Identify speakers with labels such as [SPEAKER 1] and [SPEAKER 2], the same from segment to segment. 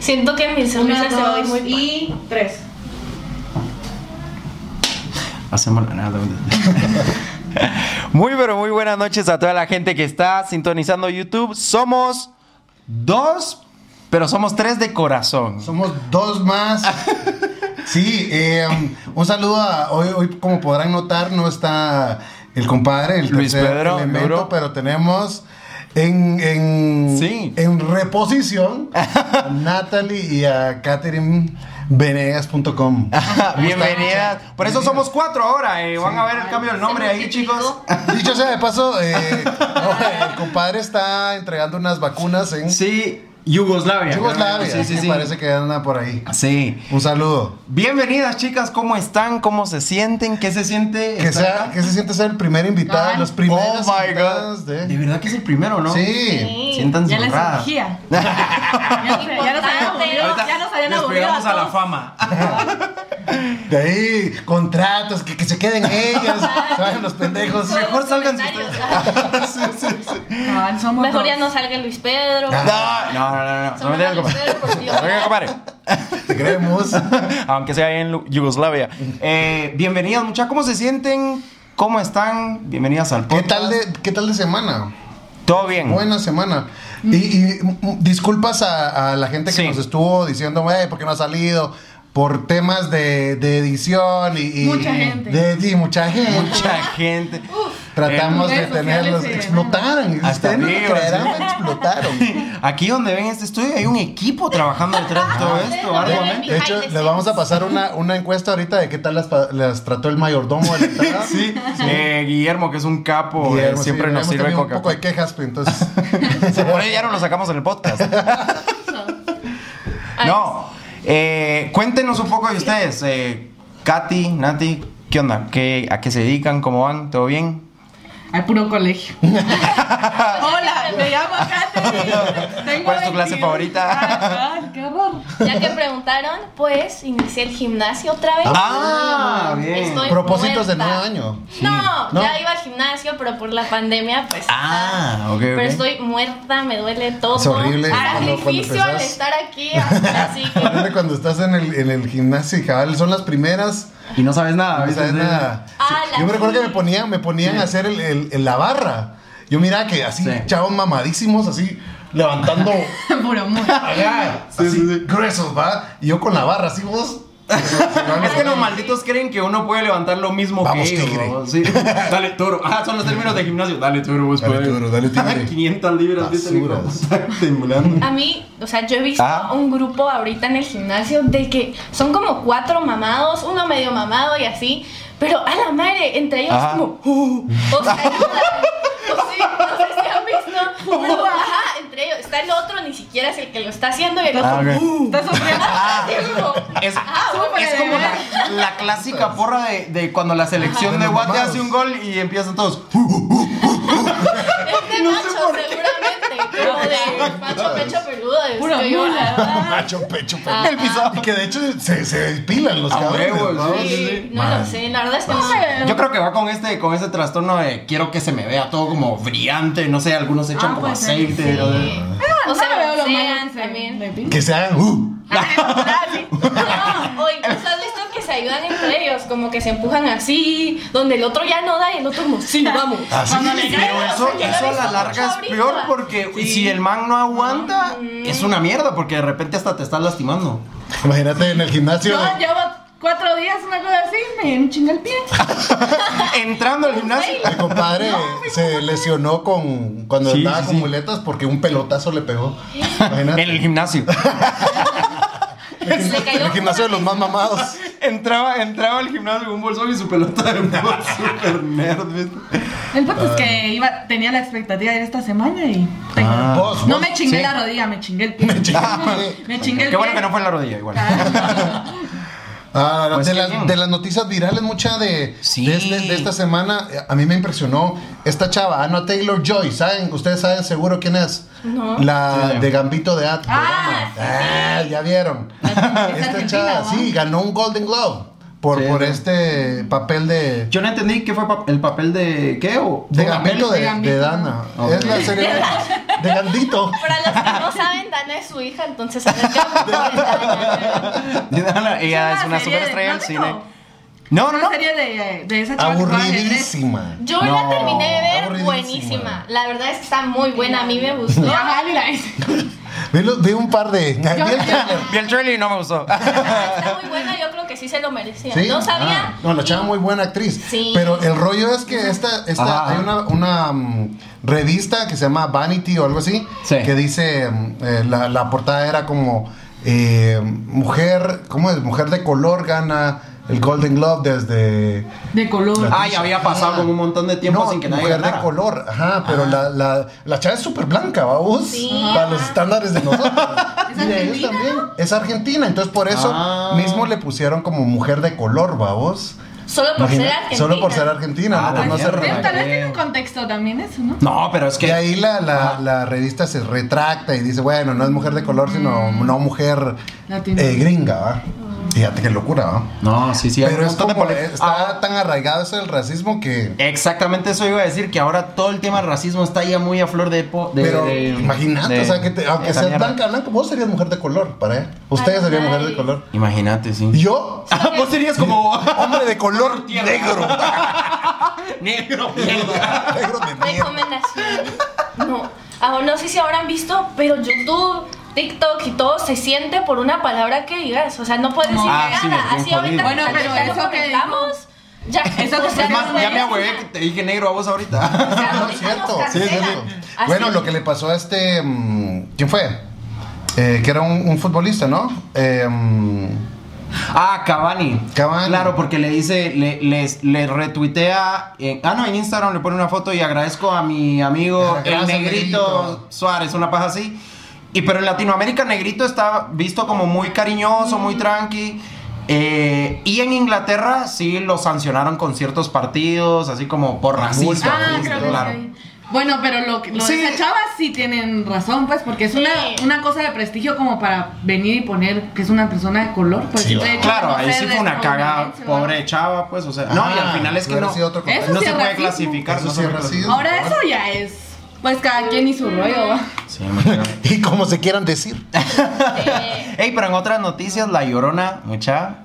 [SPEAKER 1] Siento que mis
[SPEAKER 2] Una,
[SPEAKER 1] sonrisas se va a oír
[SPEAKER 2] dos
[SPEAKER 1] muy
[SPEAKER 2] y tres.
[SPEAKER 3] Hacemos la nada. Muy, pero muy buenas noches a toda la gente que está sintonizando YouTube. Somos dos, pero somos tres de corazón.
[SPEAKER 4] Somos dos más. Sí, eh, un saludo a. Hoy, hoy, como podrán notar, no está el compadre, el
[SPEAKER 3] Luis
[SPEAKER 4] tercer
[SPEAKER 3] Pedro,
[SPEAKER 4] elemento,
[SPEAKER 3] duro.
[SPEAKER 4] pero tenemos en, en,
[SPEAKER 3] Sí.
[SPEAKER 4] en reposición a Natalie y a Catherine Venegas.com.
[SPEAKER 3] Bienvenidas. Por eso somos cuatro ahora. eh. Van a ver el cambio del nombre ahí, chicos.
[SPEAKER 4] Dicho sea de paso, eh, no, el compadre está entregando unas vacunas en
[SPEAKER 3] Sí, Yugoslavia.
[SPEAKER 4] Yugoslavia.
[SPEAKER 3] Sí, sí,
[SPEAKER 4] me
[SPEAKER 3] sí.
[SPEAKER 4] parece que anda por ahí.
[SPEAKER 3] Sí.
[SPEAKER 4] Un saludo.
[SPEAKER 3] Bienvenidas, chicas. ¿Cómo están? ¿Cómo se sienten? ¿Qué se siente?
[SPEAKER 4] Que,
[SPEAKER 3] estar
[SPEAKER 4] sea,
[SPEAKER 3] acá?
[SPEAKER 4] que se siente ser el primer invitado,
[SPEAKER 2] Ay.
[SPEAKER 4] los primeros
[SPEAKER 3] Oh my
[SPEAKER 4] invitados
[SPEAKER 3] god.
[SPEAKER 4] de...
[SPEAKER 3] De verdad que es el primero, ¿no?
[SPEAKER 4] Sí.
[SPEAKER 1] Sí.
[SPEAKER 3] Siéntanse
[SPEAKER 5] Ya les
[SPEAKER 3] honradas.
[SPEAKER 5] surgía. ya, nos- ya nos habían aburrido,
[SPEAKER 3] Ahorita
[SPEAKER 5] ya nos habían
[SPEAKER 3] les
[SPEAKER 5] aburrido.
[SPEAKER 3] pegamos a la
[SPEAKER 5] todos.
[SPEAKER 3] fama.
[SPEAKER 4] De ahí, contratos, que, que se queden ellas. ¿Saben los pendejos?
[SPEAKER 3] Mejor salgan sus-
[SPEAKER 5] Cabal, somos
[SPEAKER 1] Mejor ya
[SPEAKER 5] dos.
[SPEAKER 1] no salga Luis Pedro.
[SPEAKER 3] No, no, no, no, no. No me digas,
[SPEAKER 1] Luis
[SPEAKER 3] compadre.
[SPEAKER 1] Pedro, por Dios.
[SPEAKER 3] Oiga, compadre.
[SPEAKER 4] Te creemos.
[SPEAKER 3] Aunque sea en Lu- Yugoslavia. Eh, bienvenidas, muchachas. ¿Cómo se sienten? ¿Cómo están? Bienvenidas al
[SPEAKER 4] ¿Qué
[SPEAKER 3] podcast.
[SPEAKER 4] tal de, qué tal de semana?
[SPEAKER 3] Todo bien.
[SPEAKER 4] Buena semana. Y, y, mm, disculpas a, a la gente que
[SPEAKER 3] Sí.
[SPEAKER 4] nos estuvo diciendo, güey, ¿por qué no ha salido? Por temas de, de edición y, y-
[SPEAKER 2] Mucha gente.
[SPEAKER 4] De, sí, mucha gente.
[SPEAKER 3] Mucha gente.
[SPEAKER 4] Tratamos
[SPEAKER 2] En
[SPEAKER 4] de
[SPEAKER 2] redes sociales
[SPEAKER 4] tenerlos.
[SPEAKER 2] se-
[SPEAKER 4] Explotaron.
[SPEAKER 3] Hasta
[SPEAKER 4] Ustedes no lo
[SPEAKER 3] amigos,
[SPEAKER 4] creerán,
[SPEAKER 3] ¿no?
[SPEAKER 4] pero explotaron.
[SPEAKER 3] Aquí donde ven este estudio hay un equipo trabajando detrás de
[SPEAKER 4] Ah,
[SPEAKER 3] todo esto, arduamente.
[SPEAKER 4] De hecho, les vamos a pasar una, una encuesta ahorita de qué tal las, pa- las trató el mayordomo de la entrada.
[SPEAKER 3] Sí, eh, Guillermo, que es un capo, eh,
[SPEAKER 4] Guillermo, sí,
[SPEAKER 3] siempre nos
[SPEAKER 4] hemos
[SPEAKER 3] sirve
[SPEAKER 4] tenido
[SPEAKER 3] coca
[SPEAKER 4] un poco de quejas, pero entonces.
[SPEAKER 3] Por ello ya no lo sacamos en el podcast. No, eh, cuéntenos un poco de ustedes. eh, Katy, Nati, ¿qué onda? ¿Qué, ¿A qué se dedican? ¿Cómo van? ¿Todo bien?
[SPEAKER 2] Al puro colegio.
[SPEAKER 5] Hola, me llamo Katherine. Tengo
[SPEAKER 3] ¿Cuál es tu clase
[SPEAKER 5] 21.
[SPEAKER 3] favorita?
[SPEAKER 5] Ay, qué horror.
[SPEAKER 1] Ya que preguntaron, pues inicié el gimnasio otra vez.
[SPEAKER 3] Ah, bien.
[SPEAKER 1] Estoy
[SPEAKER 4] Propósitos de nuevo
[SPEAKER 1] muerta.
[SPEAKER 4] año.
[SPEAKER 1] No,
[SPEAKER 4] ¿No?
[SPEAKER 1] ya iba al gimnasio, pero por la pandemia, pues.
[SPEAKER 3] Ah, ok, ok.
[SPEAKER 1] Pero estoy muerta, me duele todo.
[SPEAKER 4] Es horrible cuando- cuando
[SPEAKER 1] Sacrificio al
[SPEAKER 4] empezás.
[SPEAKER 1] estar aquí, así que.
[SPEAKER 4] Cuando estás en el, en el gimnasio y cabal, son las primeras.
[SPEAKER 3] Y no sabes nada.
[SPEAKER 4] No
[SPEAKER 3] ¿viste?
[SPEAKER 4] sabes nada.
[SPEAKER 1] Ah, la
[SPEAKER 4] Yo me recuerdo que
[SPEAKER 1] sí.
[SPEAKER 4] me ponían, me ponían a hacer el, el- el- la barra. Yo miraba que así,
[SPEAKER 3] Sí.
[SPEAKER 4] chavos mamadísimos, así, levantando.
[SPEAKER 5] Puro amor.
[SPEAKER 4] allá, así, gruesos, ¿va? Y yo con la barra, así vos.
[SPEAKER 3] Es que los malditos creen que uno puede levantar lo mismo
[SPEAKER 4] Vamos,
[SPEAKER 3] que ellos.
[SPEAKER 4] tigre.
[SPEAKER 3] ¿no? Sí. Dale toro. Ah, son los términos de gimnasio. Dale toro, vos
[SPEAKER 4] Dale,
[SPEAKER 3] puedes.
[SPEAKER 4] toro, dale, tigre.
[SPEAKER 3] 500 libras. ¿viste?
[SPEAKER 4] Basuras.
[SPEAKER 3] Simulando.
[SPEAKER 1] A mí, o sea, yo he visto
[SPEAKER 3] Ah.
[SPEAKER 1] un grupo ahorita en el gimnasio de que son como cuatro mamados, uno medio mamado y así, pero a la madre, entre ellos
[SPEAKER 3] Ajá.
[SPEAKER 1] como, "Uh", o sea, ayudan. O sí, no sé si han visto, pero, ajá, entre ellos, está el otro, ni siquiera es el que lo está haciendo y el otro,
[SPEAKER 3] Ah, ok.
[SPEAKER 1] "Uh".
[SPEAKER 5] Estás sufriendo.
[SPEAKER 1] Así como,
[SPEAKER 3] Es,
[SPEAKER 1] Ah,
[SPEAKER 5] súper
[SPEAKER 3] es
[SPEAKER 5] de
[SPEAKER 3] como la,
[SPEAKER 5] ver.
[SPEAKER 3] la clásica porra de, de cuando la selección de
[SPEAKER 4] Ajá. De los
[SPEAKER 3] Guate
[SPEAKER 4] mamados.
[SPEAKER 3] hace un gol y empiezan todos.
[SPEAKER 1] este macho seguramente, como de macho pecho peludo, de
[SPEAKER 5] Puro
[SPEAKER 1] estoy yo,
[SPEAKER 5] mula.
[SPEAKER 1] ah,
[SPEAKER 4] Macho, pecho, pecho.
[SPEAKER 1] Ajá. El pisado.
[SPEAKER 4] Y que de hecho se, se depilan los
[SPEAKER 3] A
[SPEAKER 4] cabrones.
[SPEAKER 3] huevos,
[SPEAKER 4] ¿no?
[SPEAKER 3] sí, sí,
[SPEAKER 1] sí,
[SPEAKER 3] sí.
[SPEAKER 1] no lo sé, la verdad es que no sé.
[SPEAKER 3] Yo creo que va con este, con ese trastorno de quiero que se me vea todo como brillante, no sé, algunos echan
[SPEAKER 5] Ah,
[SPEAKER 3] como
[SPEAKER 5] puede ser,
[SPEAKER 3] aceite.
[SPEAKER 1] Sí.
[SPEAKER 3] ¿no? Sí.
[SPEAKER 1] O sea,
[SPEAKER 5] no veo lo
[SPEAKER 1] broncean
[SPEAKER 5] malo que se
[SPEAKER 1] también.
[SPEAKER 5] le pinta.
[SPEAKER 4] Que se hagan. "Uh".
[SPEAKER 5] Ah, sí.
[SPEAKER 1] No, o incluso has visto que se ayudan entre ellos, como que se empujan así, donde el otro ya no da y el otro como, sí, vamos.
[SPEAKER 4] Así.
[SPEAKER 5] Cuando le cae,
[SPEAKER 3] Pero eso,
[SPEAKER 1] o sea, que
[SPEAKER 3] eso
[SPEAKER 1] lo
[SPEAKER 3] a la
[SPEAKER 1] hizo
[SPEAKER 3] larga
[SPEAKER 1] mucho
[SPEAKER 3] es
[SPEAKER 1] ahorita.
[SPEAKER 3] peor porque si el man no aguanta,
[SPEAKER 1] Mm.
[SPEAKER 3] es una mierda porque de repente hasta te estás lastimando.
[SPEAKER 4] Imagínate en el gimnasio.
[SPEAKER 5] Yo llevo cuatro días, una cosa así, me chinga el pie.
[SPEAKER 3] Entrando
[SPEAKER 5] Pues
[SPEAKER 3] al gimnasio.
[SPEAKER 4] Mi compadre se lesionó con cuando
[SPEAKER 3] Sí,
[SPEAKER 4] andaba
[SPEAKER 3] sí,
[SPEAKER 4] con
[SPEAKER 3] sí.
[SPEAKER 4] muletas porque un pelotazo le pegó. Imagínate.
[SPEAKER 3] En el gimnasio.
[SPEAKER 1] Le
[SPEAKER 4] En
[SPEAKER 1] cayó
[SPEAKER 4] el gimnasio de los más mamados.
[SPEAKER 3] Entraba, entraba al gimnasio con un bolsón y su pelota de un super nerd. ¿viste?
[SPEAKER 5] El punto es que iba, tenía la expectativa de ir esta semana y tengo-
[SPEAKER 3] Ah.
[SPEAKER 4] Vos,
[SPEAKER 5] No
[SPEAKER 4] vos,
[SPEAKER 5] me chingué
[SPEAKER 3] sí.
[SPEAKER 5] la rodilla, me chingué el pie. Me
[SPEAKER 4] chingué el pie.
[SPEAKER 5] me chingué el
[SPEAKER 3] Qué bueno
[SPEAKER 5] pie.
[SPEAKER 3] que no fue en la rodilla igual.
[SPEAKER 4] Ah,
[SPEAKER 3] Pues
[SPEAKER 4] de,
[SPEAKER 3] qué
[SPEAKER 4] las-
[SPEAKER 3] bien.
[SPEAKER 4] de las noticias virales, mucha de,
[SPEAKER 3] Sí.
[SPEAKER 4] de, este- de esta semana, eh, a mí me impresionó esta chava, Ana Taylor Joy, ¿saben? Ustedes saben seguro quién es.
[SPEAKER 1] No.
[SPEAKER 4] La
[SPEAKER 3] Sí.
[SPEAKER 4] de Gambito de At.
[SPEAKER 5] Ah,
[SPEAKER 4] Ah, ya vieron.
[SPEAKER 5] Es
[SPEAKER 4] Esta
[SPEAKER 5] argentina,
[SPEAKER 4] chava,
[SPEAKER 5] ¿va?
[SPEAKER 4] sí, ganó un Golden Globe por,
[SPEAKER 3] Sí,
[SPEAKER 4] por
[SPEAKER 3] sí.
[SPEAKER 4] este papel de,
[SPEAKER 3] Yo no entendí qué fue pa- el papel de qué o
[SPEAKER 4] de
[SPEAKER 3] ¿Un papel?
[SPEAKER 4] Gambito de,
[SPEAKER 5] de Gambito.
[SPEAKER 4] de Dana.
[SPEAKER 3] Ok.
[SPEAKER 4] Es la serie. de Gandito.
[SPEAKER 1] Para los que no saben, Dana es su hija, entonces a ver qué vamos a comentar.
[SPEAKER 3] Ella es
[SPEAKER 5] una
[SPEAKER 3] una
[SPEAKER 5] serie de-
[SPEAKER 3] super estrella del
[SPEAKER 5] ¿no,
[SPEAKER 3] cine.
[SPEAKER 5] Tito?
[SPEAKER 3] No,
[SPEAKER 5] Una
[SPEAKER 3] no, no.
[SPEAKER 5] serie de, de esa chica que juega ajedrez.
[SPEAKER 4] Aburridísima.
[SPEAKER 1] Yo
[SPEAKER 3] No,
[SPEAKER 1] la terminé de ver
[SPEAKER 4] aburridísima.
[SPEAKER 1] buenísima. La verdad es que está muy buena, a mí me gustó.
[SPEAKER 5] Ajá, mira, es-
[SPEAKER 4] Ve, lo- ve un par de. vi el trailer.
[SPEAKER 3] Vi el trailer y no me gustó.
[SPEAKER 1] Está muy buena, yo creo que sí se lo merecía.
[SPEAKER 4] Sí.
[SPEAKER 1] No sabía.
[SPEAKER 4] Ah, no, la chava muy buena actriz.
[SPEAKER 1] Sí.
[SPEAKER 4] Pero el rollo es que esta, esta
[SPEAKER 3] Ajá.
[SPEAKER 4] hay una, una, mm, revista que se llama Vanity o algo así,
[SPEAKER 3] Sí.
[SPEAKER 4] que dice, mm, eh, la, la portada era como, eh, mujer, ¿cómo es? Mujer de color gana el Golden Globe desde...
[SPEAKER 5] de color.
[SPEAKER 3] Ah, ya había pasado como un montón de tiempo
[SPEAKER 4] No,
[SPEAKER 3] sin que nadie
[SPEAKER 4] mujer de
[SPEAKER 3] ganara.
[SPEAKER 4] color, ajá, pero la, la, la chava es súper blanca, vamos,
[SPEAKER 1] Sí.
[SPEAKER 4] para los estándares de nosotros.
[SPEAKER 5] Es
[SPEAKER 4] y de ellos
[SPEAKER 5] argentina,
[SPEAKER 4] también. Es argentina, entonces por eso
[SPEAKER 3] Ah.
[SPEAKER 4] mismo le pusieron como mujer de color, vamos.
[SPEAKER 1] Solo por ser
[SPEAKER 4] Imagina-
[SPEAKER 1] argentina.
[SPEAKER 4] Solo por ser argentina,
[SPEAKER 3] Ah,
[SPEAKER 4] no por no
[SPEAKER 3] la
[SPEAKER 4] ser
[SPEAKER 3] mierda.
[SPEAKER 5] Pero tal
[SPEAKER 4] blanca.
[SPEAKER 5] vez tiene un contexto también eso, ¿no?
[SPEAKER 3] No, pero es
[SPEAKER 4] Y
[SPEAKER 3] que.
[SPEAKER 4] ahí la, la, la revista se retracta y dice, bueno, no es mujer de color, sino no mujer
[SPEAKER 5] Latina.
[SPEAKER 4] eh, gringa, ¿va? Fíjate qué locura, ¿va?
[SPEAKER 3] No, sí, sí. hay
[SPEAKER 4] Pero
[SPEAKER 3] un
[SPEAKER 4] es
[SPEAKER 3] montón de
[SPEAKER 4] como-
[SPEAKER 3] pole-
[SPEAKER 4] está
[SPEAKER 3] Ah,
[SPEAKER 4] tan arraigado eso del racismo que...
[SPEAKER 3] Exactamente eso iba a decir, que ahora todo el tema del racismo está ya muy a flor de. po- de-
[SPEAKER 4] pero
[SPEAKER 3] de-
[SPEAKER 4] imagínate,
[SPEAKER 3] de-
[SPEAKER 4] o sea, que te- aunque
[SPEAKER 3] esa
[SPEAKER 4] seas
[SPEAKER 3] mierda.
[SPEAKER 4] blanca, blanca, vos serías mujer de color, para él. Ustedes
[SPEAKER 1] Ay,
[SPEAKER 4] serían mujer
[SPEAKER 1] ay.
[SPEAKER 4] de color.
[SPEAKER 3] Imagínate,
[SPEAKER 4] ¿Y
[SPEAKER 3] sí.
[SPEAKER 4] yo?
[SPEAKER 3] Ah, Vos serías como.
[SPEAKER 4] Hombre de color negro.
[SPEAKER 3] Negro, mierda.
[SPEAKER 4] negro de mierda.
[SPEAKER 1] Recomendación. No. Ahora, no sé si habrán visto, pero YouTube, TikTok y todo se siente por una palabra que digas. O sea, no puedes decir
[SPEAKER 3] Ah, sí,
[SPEAKER 1] nada.
[SPEAKER 3] es
[SPEAKER 1] Así
[SPEAKER 3] bien
[SPEAKER 1] ahorita
[SPEAKER 3] jodido.
[SPEAKER 5] Bueno,
[SPEAKER 1] que
[SPEAKER 5] pero
[SPEAKER 1] lo
[SPEAKER 5] eso que dijo-
[SPEAKER 1] comentamos, Ya,
[SPEAKER 5] Eso que
[SPEAKER 1] o sea,
[SPEAKER 5] es
[SPEAKER 3] Es más,
[SPEAKER 1] no
[SPEAKER 3] ya me
[SPEAKER 1] es-
[SPEAKER 3] ahuevé que te dije negro a vos ahorita.
[SPEAKER 1] o sea,
[SPEAKER 4] No,
[SPEAKER 1] ahorita
[SPEAKER 4] es cierto.
[SPEAKER 1] nos
[SPEAKER 4] Sí, es cierto.
[SPEAKER 1] cancelan. Así.
[SPEAKER 4] Bueno, lo que le pasó a este. mm, ¿Quién fue? Eh, que era un, un futbolista, ¿no? Eh, mm,
[SPEAKER 3] Ah, Cavani.
[SPEAKER 4] Cavani.
[SPEAKER 3] Claro, porque le dice, le, les, le retuitea. en- ah, no, en Instagram le pone una foto y agradezco a mi amigo
[SPEAKER 4] Gracias,
[SPEAKER 3] el negrito
[SPEAKER 4] Negrito.
[SPEAKER 3] Suárez, una paja así. Y pero en Latinoamérica negrito está visto como muy cariñoso, muy tranqui. Eh, y en Inglaterra sí lo sancionaron con ciertos partidos, así como por racismo.
[SPEAKER 5] Ah,
[SPEAKER 4] Sí,
[SPEAKER 5] creo que
[SPEAKER 3] claro.
[SPEAKER 5] sí. Bueno, pero lo, que- lo
[SPEAKER 3] Sí.
[SPEAKER 5] de esa chava sí tienen razón, pues, porque es una,
[SPEAKER 1] Sí.
[SPEAKER 5] una cosa de prestigio como para venir y poner que es una persona de color. Pues,
[SPEAKER 4] Sí,
[SPEAKER 5] de
[SPEAKER 4] va.
[SPEAKER 5] hecho,
[SPEAKER 3] Claro,
[SPEAKER 5] no
[SPEAKER 3] ahí
[SPEAKER 5] sé,
[SPEAKER 3] sí
[SPEAKER 5] de
[SPEAKER 3] fue una cagada,
[SPEAKER 5] estadounidense,
[SPEAKER 3] pobre
[SPEAKER 5] ¿no?
[SPEAKER 3] chava, pues, o sea, no, y al final es que
[SPEAKER 4] ah, hubiera
[SPEAKER 3] no,
[SPEAKER 4] sido otro
[SPEAKER 5] Eso
[SPEAKER 4] contexto.
[SPEAKER 3] no
[SPEAKER 5] sí
[SPEAKER 3] se
[SPEAKER 5] es
[SPEAKER 3] puede
[SPEAKER 5] racismo.
[SPEAKER 3] clasificar,
[SPEAKER 4] Eso
[SPEAKER 3] no
[SPEAKER 4] sí
[SPEAKER 3] se
[SPEAKER 4] es
[SPEAKER 3] puede
[SPEAKER 4] racismo.
[SPEAKER 5] Ahora eso ya es, pues, cada quien y su rollo. ¿va?
[SPEAKER 3] Sí, muchacho.
[SPEAKER 4] Y como se quieran decir.
[SPEAKER 1] Eh,
[SPEAKER 3] Ey, pero en otras noticias, La Llorona, mucha.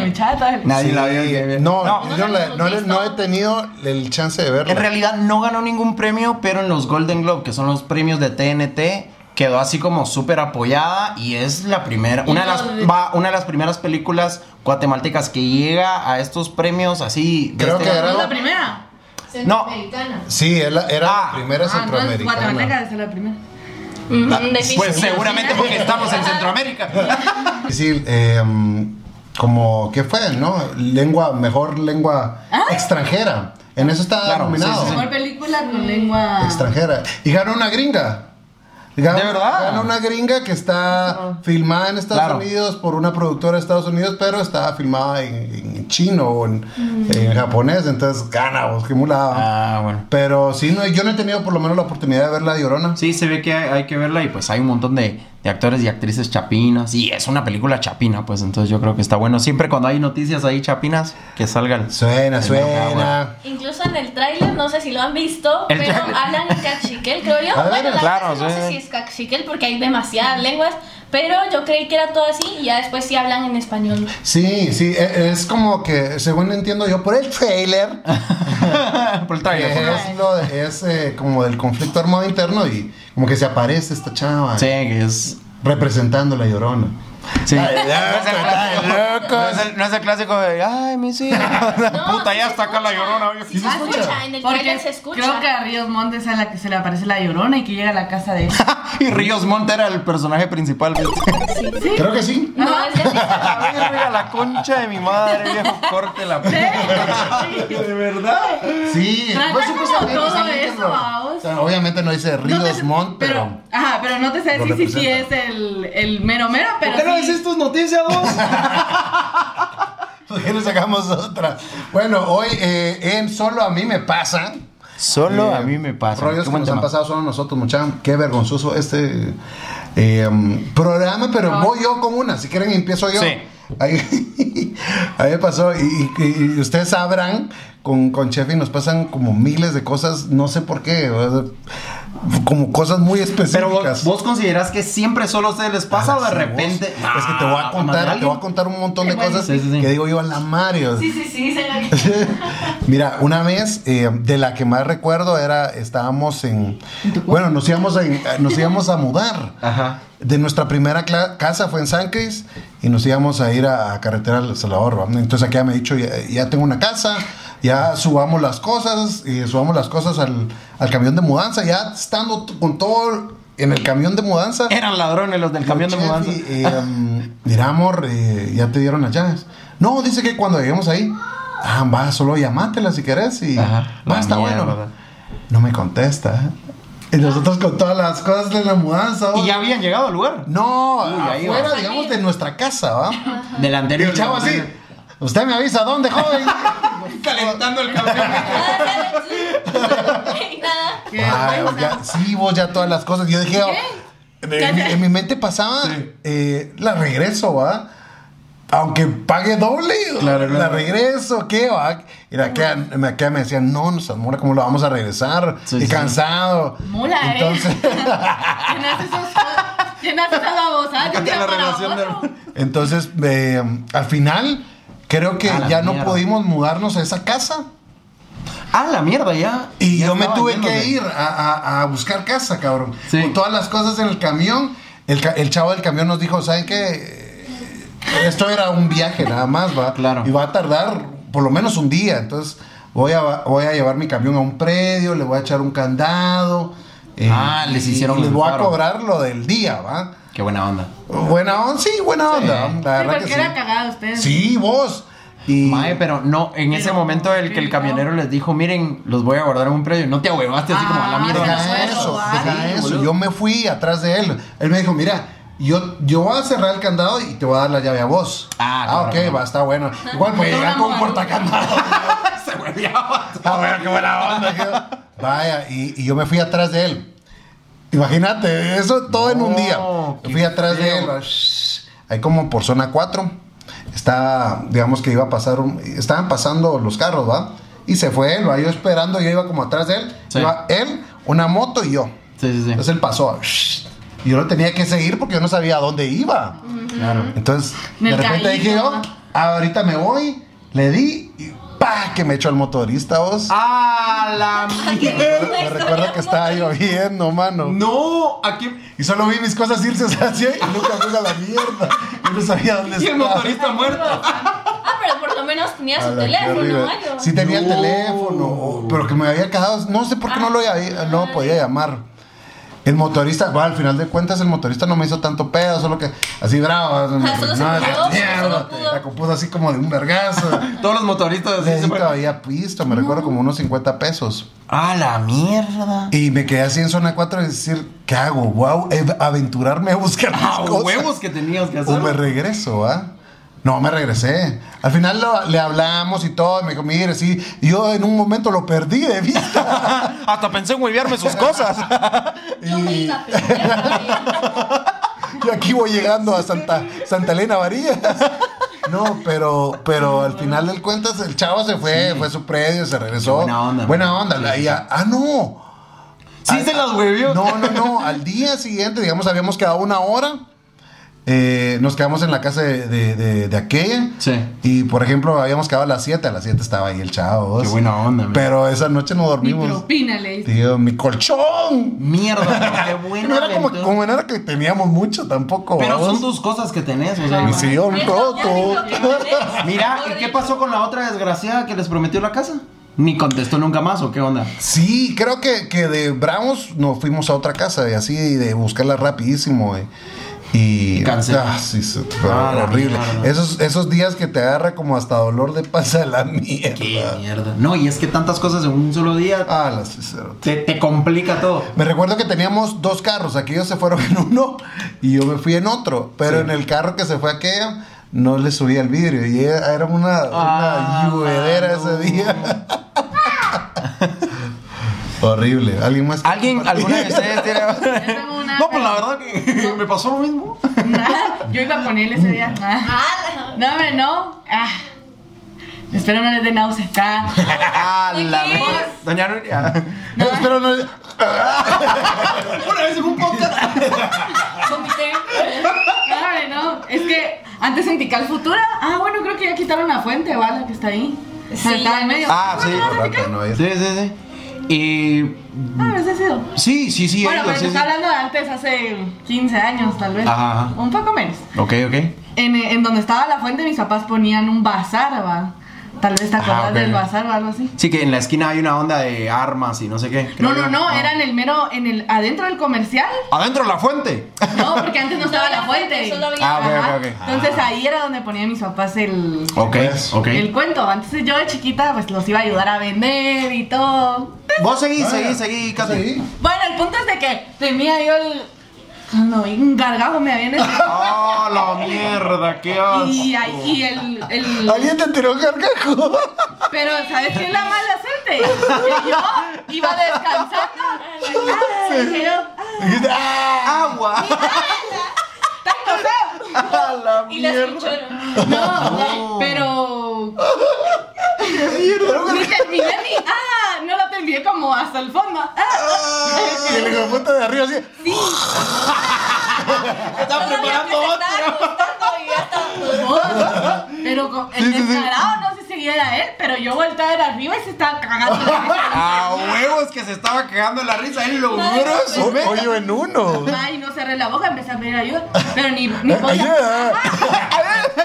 [SPEAKER 5] Mi chata.
[SPEAKER 3] Nadie
[SPEAKER 4] Sí.
[SPEAKER 3] Ah, la vio. que bien.
[SPEAKER 4] No,
[SPEAKER 3] No.
[SPEAKER 4] yo la- no,
[SPEAKER 1] ¿No la
[SPEAKER 4] le- no he
[SPEAKER 1] hemos
[SPEAKER 4] tenido el chance de verla.
[SPEAKER 3] En realidad no ganó ningún premio, pero en los Golden Globe, que son los premios de TNT, quedó así como súper apoyada y es la primera, una de, las, va- una de las primeras películas guatemaltecas que llega a estos premios así. de
[SPEAKER 4] Creo
[SPEAKER 3] este-
[SPEAKER 4] que
[SPEAKER 5] ¿No
[SPEAKER 4] era-
[SPEAKER 5] es la primera?
[SPEAKER 1] centroamericana.
[SPEAKER 4] Sí, él era
[SPEAKER 3] Ah.
[SPEAKER 4] la primera
[SPEAKER 5] Ah, no es guatemalteca,
[SPEAKER 4] centroamericana.
[SPEAKER 5] es la primera.
[SPEAKER 1] Mm, difícil.
[SPEAKER 3] Pues seguramente porque estamos en Centroamérica.
[SPEAKER 4] Sí, eh, como, ¿qué fue? ¿No? Lengua, mejor lengua extranjera. En eso está
[SPEAKER 3] Claro,
[SPEAKER 4] nominado.
[SPEAKER 3] sí, sí, sí.
[SPEAKER 5] Mejor película con lengua.
[SPEAKER 4] extranjera. Y ganó una gringa. Ganó-
[SPEAKER 3] ¿De verdad?
[SPEAKER 4] Ganó una gringa que está filmada en Estados
[SPEAKER 3] Claro.
[SPEAKER 4] Unidos por una productora de Estados Unidos, pero está filmada en, en chino o en, en japonés. Entonces gana, vos, qué mulada.
[SPEAKER 3] Ah, bueno.
[SPEAKER 4] Pero sí, no, yo no he tenido por lo menos la oportunidad de ver La Llorona.
[SPEAKER 3] Sí, se ve que hay, hay que verla y pues hay un montón de, de actores y actrices chapinas. Y es una película chapina, pues entonces yo creo que está bueno. Siempre cuando hay noticias ahí chapinas, que salgan.
[SPEAKER 4] Suena,
[SPEAKER 3] El
[SPEAKER 4] suena.
[SPEAKER 3] Mercagua.
[SPEAKER 1] Incluso en el tráiler, no sé si lo han visto,
[SPEAKER 3] El
[SPEAKER 1] pero
[SPEAKER 3] tráiler.
[SPEAKER 1] hablan en cachiquel, creo yo.
[SPEAKER 4] A ver,
[SPEAKER 1] Bueno, la
[SPEAKER 3] claro,
[SPEAKER 1] verdad es que
[SPEAKER 3] sí.
[SPEAKER 1] no sé si es cachiquel porque hay demasiadas lenguas, pero yo creí que era todo así y ya después sí hablan en español.
[SPEAKER 4] Sí, sí, e- es como que, según entiendo yo, por el trailer,
[SPEAKER 3] Por el tráiler, por favor.
[SPEAKER 4] es, lo de- es, eh, como del conflicto armado interno y como que se aparece esta chava
[SPEAKER 3] Sí, que es.
[SPEAKER 4] representando la llorona.
[SPEAKER 3] Sí.
[SPEAKER 4] Ay, loco,
[SPEAKER 3] No es el clásico-
[SPEAKER 4] ay, locos.
[SPEAKER 3] No es el- no es el clásico de. Ay, mis hijos. Puta,
[SPEAKER 1] sí
[SPEAKER 3] ya
[SPEAKER 1] se
[SPEAKER 3] está acá la
[SPEAKER 1] escucha.
[SPEAKER 3] llorona. oye.
[SPEAKER 1] Sí se
[SPEAKER 4] Ah, sí.
[SPEAKER 1] escucha, en el
[SPEAKER 5] Porque
[SPEAKER 1] tráiler se escucha.
[SPEAKER 5] creo que a Ríos Montes es a la que se le aparece la llorona y que llega a la casa de ella.
[SPEAKER 3] Y Ríos Monte era el personaje principal.
[SPEAKER 4] Creo que sí.
[SPEAKER 1] No, es de
[SPEAKER 3] Ay, a la concha de mi madre, viejo. Corte la De verdad.
[SPEAKER 4] Sí,
[SPEAKER 5] Trata
[SPEAKER 4] pues,
[SPEAKER 5] como
[SPEAKER 4] supuestamente
[SPEAKER 5] todo
[SPEAKER 4] sale que
[SPEAKER 5] eso,
[SPEAKER 4] lo-
[SPEAKER 5] vamos.
[SPEAKER 4] o sea, obviamente no dice
[SPEAKER 5] No te
[SPEAKER 4] Ríos
[SPEAKER 5] sé-
[SPEAKER 4] Montt, pero,
[SPEAKER 5] Ajá, pero no te sé
[SPEAKER 4] lo
[SPEAKER 5] decir si sí es
[SPEAKER 4] representa.
[SPEAKER 5] el, el mero mero, pero.
[SPEAKER 3] ¿Por qué no
[SPEAKER 5] sí.
[SPEAKER 3] decís tus noticias, vos?
[SPEAKER 4] ¿por qué no sacamos otra? Bueno, hoy eh, en Solo a mí me pasa.
[SPEAKER 3] Solo
[SPEAKER 4] Eh,
[SPEAKER 3] a mí me pasa.
[SPEAKER 4] Rollos
[SPEAKER 3] Qué
[SPEAKER 4] que
[SPEAKER 3] buen
[SPEAKER 4] nos
[SPEAKER 3] tema.
[SPEAKER 4] han pasado solo a nosotros, muchachos. Qué vergonzoso este eh, um, programa, pero voy yo con una. Si quieren, empiezo yo.
[SPEAKER 3] Sí.
[SPEAKER 4] Ahí, ahí me pasó. Y, y- y ustedes sabrán, con, con Chefi nos pasan como miles de cosas. No sé por qué. o sea, como cosas muy
[SPEAKER 3] Pero
[SPEAKER 4] específicas.
[SPEAKER 3] vos, vos considerás que siempre solo a ustedes les pasa
[SPEAKER 4] Ah,
[SPEAKER 3] o de
[SPEAKER 4] sí,
[SPEAKER 3] repente.
[SPEAKER 4] vos. Es que te voy a
[SPEAKER 3] Ah,
[SPEAKER 4] contar,
[SPEAKER 3] madre,
[SPEAKER 4] te voy a contar un montón de
[SPEAKER 1] Sí, bueno.
[SPEAKER 4] cosas
[SPEAKER 3] Sí, sí, sí.
[SPEAKER 4] que digo yo a la Mario.
[SPEAKER 1] Sí, sí, sí, señorita.
[SPEAKER 4] Mira, una vez eh, de la que más recuerdo era estábamos en bueno, nos íbamos a, nos íbamos a mudar.
[SPEAKER 3] Ajá.
[SPEAKER 4] De nuestra primera cla- casa fue en San Cris y nos íbamos a ir a, a carretera del Salvador. ¿va? Entonces aquí ya me he dicho, ya, ya tengo una casa, ya subamos las cosas y subamos las cosas al, al camión de mudanza, ya estando t- con todo en el camión de mudanza.
[SPEAKER 3] Eran ladrones los del camión de
[SPEAKER 4] Chef,
[SPEAKER 3] mudanza.
[SPEAKER 4] y, eh, um, mira, amor, eh, ya te dieron las llaves. No, dice que cuando lleguemos ahí, ah, va, solo llamátela si querés y
[SPEAKER 3] Ajá,
[SPEAKER 4] va,
[SPEAKER 3] la
[SPEAKER 4] está
[SPEAKER 3] mierda.
[SPEAKER 4] bueno. No me contesta. ¿eh? Y nosotros con todas las cosas de la mudanza.
[SPEAKER 3] Y
[SPEAKER 4] ¿va?
[SPEAKER 3] ya habían llegado al lugar.
[SPEAKER 4] No,
[SPEAKER 3] Uy, ahí va.
[SPEAKER 4] afuera, digamos, de nuestra casa, ¿va?
[SPEAKER 3] Del
[SPEAKER 4] Y
[SPEAKER 3] anterior.
[SPEAKER 4] el chavo así, usted me avisa, ¿dónde, joven?
[SPEAKER 3] Calentando el camión.
[SPEAKER 1] Y nada.
[SPEAKER 5] Qué
[SPEAKER 4] Ay,
[SPEAKER 5] vergüenza.
[SPEAKER 4] ya- sí, vos ya todas las cosas. Yo dije, oh, en, mi- en mi mente pasaba, eh, la regreso, ¿va? Aunque pague doble,
[SPEAKER 3] Claro, claro.
[SPEAKER 4] la regreso, ¿qué va? Y la que, me, que me decían, no, nos amor, ¿cómo lo vamos a regresar?
[SPEAKER 3] Sí,
[SPEAKER 4] y
[SPEAKER 3] sí.
[SPEAKER 4] cansado.
[SPEAKER 5] Mula, ¿eh?
[SPEAKER 4] Entonces,
[SPEAKER 5] Llenas esos- Llenas esa babosada de un
[SPEAKER 3] Cambia
[SPEAKER 5] día
[SPEAKER 3] la
[SPEAKER 5] para
[SPEAKER 3] relación de-
[SPEAKER 5] otro.
[SPEAKER 4] entonces eh, al final, creo que
[SPEAKER 3] A la
[SPEAKER 4] ya no
[SPEAKER 3] mierda.
[SPEAKER 4] pudimos mudarnos a esa casa.
[SPEAKER 3] Ah, la mierda, ya.
[SPEAKER 4] Y
[SPEAKER 3] Ya
[SPEAKER 4] yo me
[SPEAKER 3] estaba
[SPEAKER 4] tuve
[SPEAKER 3] yéndose.
[SPEAKER 4] que ir a, a- a buscar casa, cabrón.
[SPEAKER 3] Sí.
[SPEAKER 4] Con todas las cosas en el camión. El, ca- el chavo del camión nos dijo, ¿saben qué? Esto era un viaje nada más, va.
[SPEAKER 3] Claro.
[SPEAKER 4] Y va a tardar por lo menos un día. Entonces voy a, voy a llevar mi camión a un predio, le voy a echar un candado. eh,
[SPEAKER 3] Ah, les hicieron
[SPEAKER 4] y Les
[SPEAKER 3] el
[SPEAKER 4] voy a
[SPEAKER 3] paro.
[SPEAKER 4] cobrar lo del día, va.
[SPEAKER 3] Qué buena onda.
[SPEAKER 4] Buena onda, sí, buena onda. La
[SPEAKER 5] Sí,
[SPEAKER 4] verdad
[SPEAKER 5] porque
[SPEAKER 4] que
[SPEAKER 5] era
[SPEAKER 4] sí.
[SPEAKER 5] cagada usted.
[SPEAKER 4] Sí, vos. Y
[SPEAKER 3] Mae, pero no, en ese
[SPEAKER 5] Pero,
[SPEAKER 3] momento el que el
[SPEAKER 5] sí,
[SPEAKER 3] camionero
[SPEAKER 5] no.
[SPEAKER 3] les dijo, miren, los voy a guardar en un predio. No te ahuevaste así como a la
[SPEAKER 5] Ah,
[SPEAKER 3] mierda.
[SPEAKER 5] ya.
[SPEAKER 4] Deja
[SPEAKER 5] suelo,
[SPEAKER 4] eso,
[SPEAKER 5] vale.
[SPEAKER 4] deja
[SPEAKER 3] Sí,
[SPEAKER 4] eso.
[SPEAKER 3] boludo.
[SPEAKER 4] Yo me fui atrás de él. Él me dijo, mira, yo, yo voy a cerrar el candado y te voy a dar la llave a vos.
[SPEAKER 3] Ah, claro,
[SPEAKER 4] ok,
[SPEAKER 3] claro.
[SPEAKER 4] va, está bueno. Igual voy a llegar con un portacandado.
[SPEAKER 3] Se hueveaba.
[SPEAKER 4] Ah, bueno, qué buena onda. qué- Vaya, y, y yo me fui atrás de él. Imagínate, eso todo en un día.
[SPEAKER 3] No,
[SPEAKER 4] Yo
[SPEAKER 3] qué
[SPEAKER 4] fui atrás de él.
[SPEAKER 3] feo.
[SPEAKER 4] shh, Ahí como por zona 4. Está, digamos que iba a pasar, un- estaban pasando los carros, ¿va? Y se fue él, ¿va? Yo esperando, yo iba como atrás de él.
[SPEAKER 3] Sí.
[SPEAKER 4] Iba él, una moto y yo.
[SPEAKER 3] Sí, sí, sí.
[SPEAKER 4] Entonces él pasó. shh, y yo lo tenía que seguir porque yo no sabía a dónde iba.
[SPEAKER 3] claro.
[SPEAKER 4] Entonces,
[SPEAKER 5] En
[SPEAKER 4] de
[SPEAKER 5] el
[SPEAKER 4] repente
[SPEAKER 5] carrito,
[SPEAKER 4] dije yo,
[SPEAKER 5] ¿no?
[SPEAKER 4] "Ah, ahorita me voy, le di y pa que me echó el motorista vos.
[SPEAKER 3] Ah, ¡A la mierda!
[SPEAKER 4] me recuerdo que estaba lloviendo, mano.
[SPEAKER 3] No, aquí.
[SPEAKER 4] Y solo vi mis cosas irse así y nunca fui a la mierda. Yo no sabía dónde
[SPEAKER 3] Y el
[SPEAKER 4] estaba.
[SPEAKER 3] motorista muerto.
[SPEAKER 1] Ah, pero por lo menos tenía
[SPEAKER 4] A
[SPEAKER 1] su
[SPEAKER 4] la que
[SPEAKER 1] teléfono,
[SPEAKER 4] arriba.
[SPEAKER 1] Mario.
[SPEAKER 4] Sí tenía el
[SPEAKER 3] No.
[SPEAKER 4] teléfono, o- pero que me había quedado, no sé por qué no lo había- no podía llamar. El motorista, bueno, al final de cuentas el motorista no me hizo tanto pedo, solo que así bravo, no,
[SPEAKER 1] solo se
[SPEAKER 4] no,
[SPEAKER 1] pudo,
[SPEAKER 4] mierda,
[SPEAKER 1] solo pudo.
[SPEAKER 4] la compuso así como de un vergazo.
[SPEAKER 3] Todos los motoristas así se
[SPEAKER 4] Necesito
[SPEAKER 3] fueron.
[SPEAKER 4] había visto, me recuerdo como unos 50 pesos.
[SPEAKER 3] ¡A Ah, la mierda!
[SPEAKER 4] Y me quedé así en zona 4 y decir, ¿qué hago? Wow, ev- aventurarme a buscar las
[SPEAKER 3] ¡A
[SPEAKER 4] cosas.
[SPEAKER 3] huevos que tenías que
[SPEAKER 4] O me
[SPEAKER 3] hacer!
[SPEAKER 4] regreso, ¿ah? No, me regresé. Al final lo- le hablamos y todo. y me dijo, mire, sí. y Yo en un momento lo perdí de vista.
[SPEAKER 3] Hasta pensé en huevearme sus cosas.
[SPEAKER 1] Yo me iba a
[SPEAKER 4] Yo aquí voy llegando a Santa, Santa Elena Varillas. No, pero, pero al final del cuentas el chavo se fue, fue a su predio, se regresó.
[SPEAKER 3] Qué buena onda,
[SPEAKER 4] Buena
[SPEAKER 3] man.
[SPEAKER 4] onda. la- y a- ah, no.
[SPEAKER 3] Sí
[SPEAKER 4] Al-
[SPEAKER 3] se las huevió.
[SPEAKER 4] No, no, no. Al día siguiente, digamos, habíamos quedado una hora. eh, nos quedamos en la casa de, de- de- de aquella.
[SPEAKER 3] Sí.
[SPEAKER 4] Y por ejemplo, habíamos quedado a las 7. A las 7 estaba ahí el chavo.
[SPEAKER 3] Qué buena onda, man.
[SPEAKER 4] pues, Pero esa noche no
[SPEAKER 5] Ni
[SPEAKER 4] dormimos.
[SPEAKER 5] propina le hice.
[SPEAKER 4] Tío, mi colchón.
[SPEAKER 3] Mierda, pero qué buena
[SPEAKER 4] No era como,
[SPEAKER 3] aventura.
[SPEAKER 4] como no era que teníamos mucho tampoco.
[SPEAKER 3] Pero
[SPEAKER 4] ¿vamos?
[SPEAKER 3] son tus cosas que tenés, o sea.
[SPEAKER 4] Mi sillón roto.
[SPEAKER 1] roto.
[SPEAKER 3] Mira, ¿y qué pasó con la otra desgraciada que les prometió la casa? Ni contestó nunca más, ¿o qué onda?
[SPEAKER 4] Sí, creo que, que de Bravos nos fuimos a otra casa y así de buscarla rapidísimo. eh, Y,
[SPEAKER 3] Cáncer.
[SPEAKER 4] Ah, sí, sí,
[SPEAKER 3] Ah, la
[SPEAKER 4] horrible.
[SPEAKER 3] mierda.
[SPEAKER 4] Esos, esos días que te agarra como hasta dolor de panza de la mierda.
[SPEAKER 3] Qué mierda. No, y es que tantas cosas en un solo día
[SPEAKER 4] Ah, la sincero.
[SPEAKER 3] te, te complica todo.
[SPEAKER 4] Me recuerdo que teníamos dos carros, aquellos se fueron en uno y yo me fui en otro, pero en el carro que se fue aquella no le subía el vidrio y era era una,
[SPEAKER 3] Ah,
[SPEAKER 4] una lluvedera
[SPEAKER 3] mano.
[SPEAKER 4] ese día. Horrible. ¿Alguien más?
[SPEAKER 3] ¿Alguien, alguna de ustedes tiene.?
[SPEAKER 5] tengo una,
[SPEAKER 3] no, pues la
[SPEAKER 5] pero-
[SPEAKER 3] verdad que me pasó lo mismo.
[SPEAKER 4] Mm.
[SPEAKER 5] Nada, Yo iba con él ese día. Nada. No, hombre, no. Ah. Espero no les dé náusea. Ah,
[SPEAKER 3] Ah, la
[SPEAKER 1] ¿De qué?
[SPEAKER 3] verga. Doña Nuria.
[SPEAKER 4] Espero no.
[SPEAKER 3] Una vez en un podcast.
[SPEAKER 1] Vomité.
[SPEAKER 5] Ay, no. Es que antes en Tical Futura. Ah, bueno, creo que ya quitaron la fuente, ¿vale? La que está ahí. Saltada en medio.
[SPEAKER 3] Ah, sí.
[SPEAKER 4] Rato, no es.
[SPEAKER 3] Sí, sí, sí. Y.
[SPEAKER 5] Ah, pero ese ha sido.
[SPEAKER 3] Sí, sí, sí.
[SPEAKER 5] Bueno,
[SPEAKER 3] he ido,
[SPEAKER 5] pero te
[SPEAKER 3] sí, sí.
[SPEAKER 5] está hablando de antes, hace 15 años tal vez.
[SPEAKER 3] Ajá, ajá.
[SPEAKER 5] Un poco menos.
[SPEAKER 3] Ok, ok.
[SPEAKER 5] En, eh, en donde estaba la fuente, mis papás ponían un bazar, va. Tal vez te
[SPEAKER 3] Ah,
[SPEAKER 5] acuerdas
[SPEAKER 3] ok.
[SPEAKER 5] del bazar o algo así.
[SPEAKER 3] Sí, que en la esquina hay una onda de armas y no sé qué. creo
[SPEAKER 5] No, no,
[SPEAKER 3] yo.
[SPEAKER 5] no,
[SPEAKER 3] Ah.
[SPEAKER 5] era en el mero, en el, adentro del comercial.
[SPEAKER 3] Adentro de la fuente.
[SPEAKER 5] No, porque antes no estaba la fuente.
[SPEAKER 1] Solo había-
[SPEAKER 3] Ah, ok,
[SPEAKER 5] Ajá.
[SPEAKER 3] ok, ok.
[SPEAKER 5] Entonces ahí era donde ponían mis papás el,
[SPEAKER 3] Ok,
[SPEAKER 4] Pues,
[SPEAKER 3] ok.
[SPEAKER 5] el cuento. Antes yo de chiquita pues los iba a ayudar a vender y todo.
[SPEAKER 3] Vos seguí, seguí, Ah, seguí, Katy.
[SPEAKER 4] Sí.
[SPEAKER 5] Bueno, el punto es de que tenía yo el... Cuando vi un gargajo me habían...
[SPEAKER 3] Oh, la mierda, qué
[SPEAKER 5] Y,
[SPEAKER 3] asco.
[SPEAKER 5] ahí- y el, el-
[SPEAKER 4] ¿Alguien te tiró un gargajo?
[SPEAKER 5] Pero ¿sabes qué es la mala suerte? Que yo iba descansando. Ah, dije yo,
[SPEAKER 4] Dijiste, "Ah".
[SPEAKER 3] Agua. A la
[SPEAKER 1] Y las
[SPEAKER 3] mierda.
[SPEAKER 1] escucharon.
[SPEAKER 5] No, pero. Ni terminé ni. ¡Ah! No la terminé como hasta el fondo. ¡Ah!
[SPEAKER 4] Y el hijo de puta de arriba así.
[SPEAKER 3] Están preparando
[SPEAKER 1] Todavía te
[SPEAKER 3] otro.
[SPEAKER 1] estaba gustando y ya estaba-
[SPEAKER 5] vos. Pero con- el
[SPEAKER 3] Sí, sí, sí.
[SPEAKER 5] descarado no sé si era él, pero yo volteaba de arriba y se estaba cagando. de risa.
[SPEAKER 3] A huevos que se estaba cagando la risa en lo duro de su
[SPEAKER 4] O-
[SPEAKER 3] mesa.
[SPEAKER 4] Hoyo en uno.
[SPEAKER 5] Ay, no cerré la boca, empecé a pedir ayuda. Pero ni, ni podía.
[SPEAKER 4] Ayuda.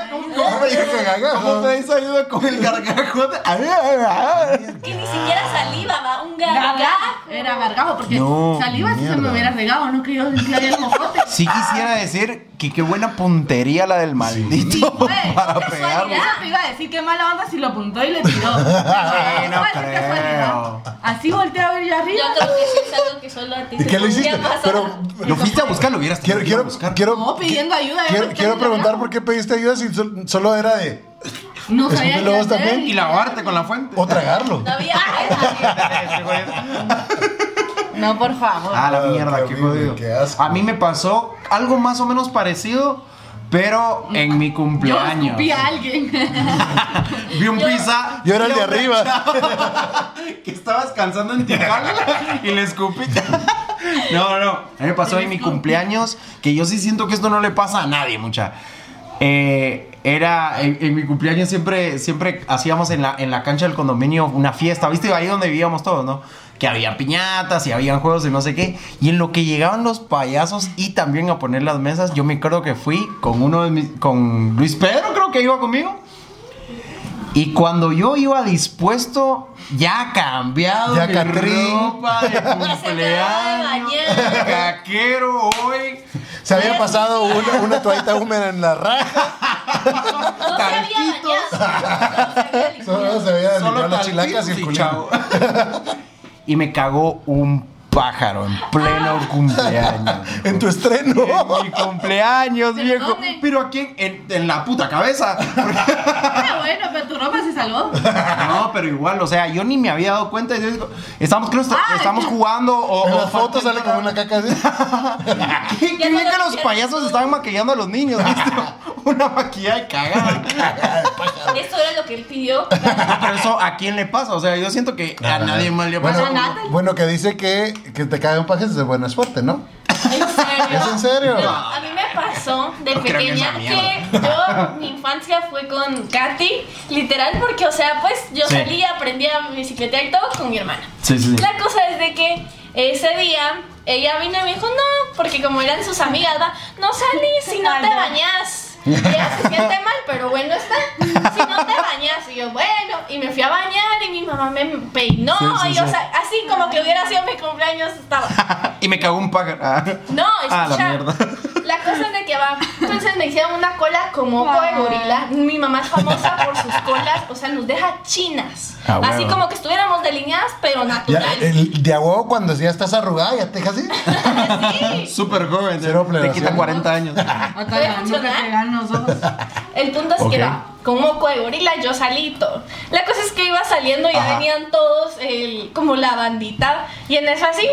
[SPEAKER 4] ¿Cómo me dijo gargajo?
[SPEAKER 3] ¿Cómo te hizo ayuda con el gargajo?
[SPEAKER 1] Que ni siquiera saliva, va. Un
[SPEAKER 5] Gargajo.
[SPEAKER 1] gargajo.
[SPEAKER 5] Era gargajo, porque
[SPEAKER 3] No,
[SPEAKER 5] saliva si se me
[SPEAKER 4] mierda.
[SPEAKER 5] hubiera regado, no creo que yo sentía el mojote.
[SPEAKER 3] Sí quisiera decir que qué buena puntería la del maldito
[SPEAKER 5] Güey,
[SPEAKER 3] para
[SPEAKER 5] qué
[SPEAKER 3] pegarlo.
[SPEAKER 5] casualidad, te iba a decir qué mala onda si lo apuntó y le tiró. Ay,
[SPEAKER 3] no
[SPEAKER 5] puede ser
[SPEAKER 3] creo.
[SPEAKER 5] casualidad. Así volteé a ver yo arriba.
[SPEAKER 1] Yo creo que sí es algo que solo a ti.
[SPEAKER 4] ¿Y qué lo
[SPEAKER 1] te
[SPEAKER 4] hiciste?
[SPEAKER 1] pasó.
[SPEAKER 4] Pero
[SPEAKER 3] Lo fuiste a buscar, lo hubieras tenido
[SPEAKER 4] quiero,
[SPEAKER 3] que
[SPEAKER 4] quiero,
[SPEAKER 3] buscar.
[SPEAKER 4] quiero,
[SPEAKER 5] No, pidiendo ayuda. eh,
[SPEAKER 4] quiero,
[SPEAKER 5] porque
[SPEAKER 4] quiero
[SPEAKER 5] no
[SPEAKER 4] preguntar
[SPEAKER 5] sabía.
[SPEAKER 4] por qué pediste ayuda si sol- solo era de
[SPEAKER 5] No sabía
[SPEAKER 4] ¿Y
[SPEAKER 5] qué
[SPEAKER 4] luego
[SPEAKER 5] hacer.
[SPEAKER 4] también?
[SPEAKER 3] Y lavarte con la fuente.
[SPEAKER 4] o tragarlo.
[SPEAKER 1] Todavía. Ah,
[SPEAKER 5] No, por favor.
[SPEAKER 3] Ah, la
[SPEAKER 4] Ah,
[SPEAKER 3] mierda,
[SPEAKER 4] qué
[SPEAKER 3] qué
[SPEAKER 4] horrible,
[SPEAKER 3] jodido.
[SPEAKER 4] qué asco.
[SPEAKER 3] A mí me pasó algo más o menos parecido, pero en mi
[SPEAKER 5] yo
[SPEAKER 3] cumpleaños.
[SPEAKER 5] escupí a alguien.
[SPEAKER 3] Vi un pizza.
[SPEAKER 4] Yo era el
[SPEAKER 3] vi
[SPEAKER 4] de
[SPEAKER 3] a una
[SPEAKER 4] arriba.
[SPEAKER 3] chava que estabas cansando en Tijuana y le escupí. No, no, no. A mí me pasó en mi cumpleaños que yo sí siento que esto no le pasa a nadie, mucha. Eh, era en, en mi cumpleaños siempre siempre hacíamos en la, en la cancha del condominio una fiesta, ¿viste? Ahí donde vivíamos todos, ¿no? Que había piñatas y habían juegos y no sé qué. Y en lo que llegaban los payasos y también a poner las mesas, yo me acuerdo que fui con uno de mis. con Luis Pedro, creo que iba conmigo. Y cuando yo iba dispuesto, ya cambiado
[SPEAKER 4] Ya
[SPEAKER 3] mi
[SPEAKER 4] catrín.
[SPEAKER 3] ropa de
[SPEAKER 1] acababa de
[SPEAKER 3] cumpleaños,
[SPEAKER 1] bañar.
[SPEAKER 3] caquero hoy,
[SPEAKER 4] Se había pasado una, una toallita húmeda en la raja.
[SPEAKER 1] No se había
[SPEAKER 3] Tantitos.
[SPEAKER 1] bañado. No se había
[SPEAKER 4] Solo se había limpiado las
[SPEAKER 3] talquito
[SPEAKER 4] chilacas y el
[SPEAKER 3] y
[SPEAKER 4] culín.
[SPEAKER 3] chao. Y me cagó un pájaro en pleno
[SPEAKER 5] Ah.
[SPEAKER 3] cumpleaños.
[SPEAKER 4] En tu estreno.
[SPEAKER 3] En mi cumpleaños,
[SPEAKER 5] ¿Pero
[SPEAKER 3] viejo.
[SPEAKER 5] dónde?
[SPEAKER 3] Pero aquí en, en- en la puta cabeza.
[SPEAKER 5] Ah, bueno, pero tu ropa se salvó.
[SPEAKER 3] No, pero igual, o sea, yo ni me había dado cuenta. Yo digo, estamos, creo,
[SPEAKER 5] Ah,
[SPEAKER 3] estamos
[SPEAKER 5] ya.
[SPEAKER 3] jugando o.
[SPEAKER 4] En
[SPEAKER 3] o
[SPEAKER 4] las fotos sale como una caca así.
[SPEAKER 3] Qué qué
[SPEAKER 1] Ya no
[SPEAKER 3] bien que
[SPEAKER 1] lo
[SPEAKER 3] los
[SPEAKER 1] quiero.
[SPEAKER 3] payasos estaban maquillando a los niños, ¿viste? Una maquilla de cagada.
[SPEAKER 1] bañado. Eso era lo que él pidió.
[SPEAKER 3] Pero eso, ¿a quién le pasa? O sea, yo siento que a nadie más le pasa.
[SPEAKER 4] Bueno,
[SPEAKER 5] a Natalie.
[SPEAKER 4] bueno, que dice que, que te cae un paje es de buena suerte, ¿no?
[SPEAKER 1] ¿En serio?
[SPEAKER 4] ¿Es en serio?
[SPEAKER 1] No, a mí me pasó de
[SPEAKER 3] No creo en
[SPEAKER 1] pequeña
[SPEAKER 3] esa
[SPEAKER 1] que yo, mi infancia fue con Katy, literal, porque, o sea, pues yo
[SPEAKER 3] Sí.
[SPEAKER 1] salía, aprendía bicicleta y todo con mi hermana.
[SPEAKER 3] Sí, sí, sí.
[SPEAKER 1] La cosa es de que ese día ella vino y me dijo, no, porque como eran sus amigas, ¿va? no salís si no te bañas. Y ella se siente mal, pero bueno está. Si no te bañas, y yo, bueno, y me fui a bañar y mi mamá me peinó.
[SPEAKER 3] Sí, sí,
[SPEAKER 1] y o
[SPEAKER 3] sí.
[SPEAKER 1] sea, así como que hubiera sido mi cumpleaños, estaba.
[SPEAKER 3] Y me cagó un pájaro. Ah.
[SPEAKER 1] No, escucha.
[SPEAKER 3] Ah, la mierda.
[SPEAKER 1] la cosa es de que va. Entonces me hicieron una cola con moco de gorila. Mi mamá es famosa por sus colas, o sea, nos deja chinas.
[SPEAKER 3] Ah, bueno.
[SPEAKER 1] Así como que estuviéramos delineadas, pero
[SPEAKER 4] Ya,
[SPEAKER 1] naturales.
[SPEAKER 4] el, de a huevo cuando ya estás arrugada, ya te dejas así.
[SPEAKER 1] Sí.
[SPEAKER 3] Súper joven. eh.
[SPEAKER 4] Cero
[SPEAKER 3] Te quita
[SPEAKER 4] plenación.
[SPEAKER 3] 40 años.
[SPEAKER 5] Otra, nunca
[SPEAKER 1] funcionar?
[SPEAKER 5] te ganan los ojos.
[SPEAKER 1] El punto es
[SPEAKER 3] Ok.
[SPEAKER 1] que va. Con moco de gorila, yo salito. La cosa es que iba saliendo y ya
[SPEAKER 3] Ajá.
[SPEAKER 1] venían todos, el- como la bandita. Y en eso así,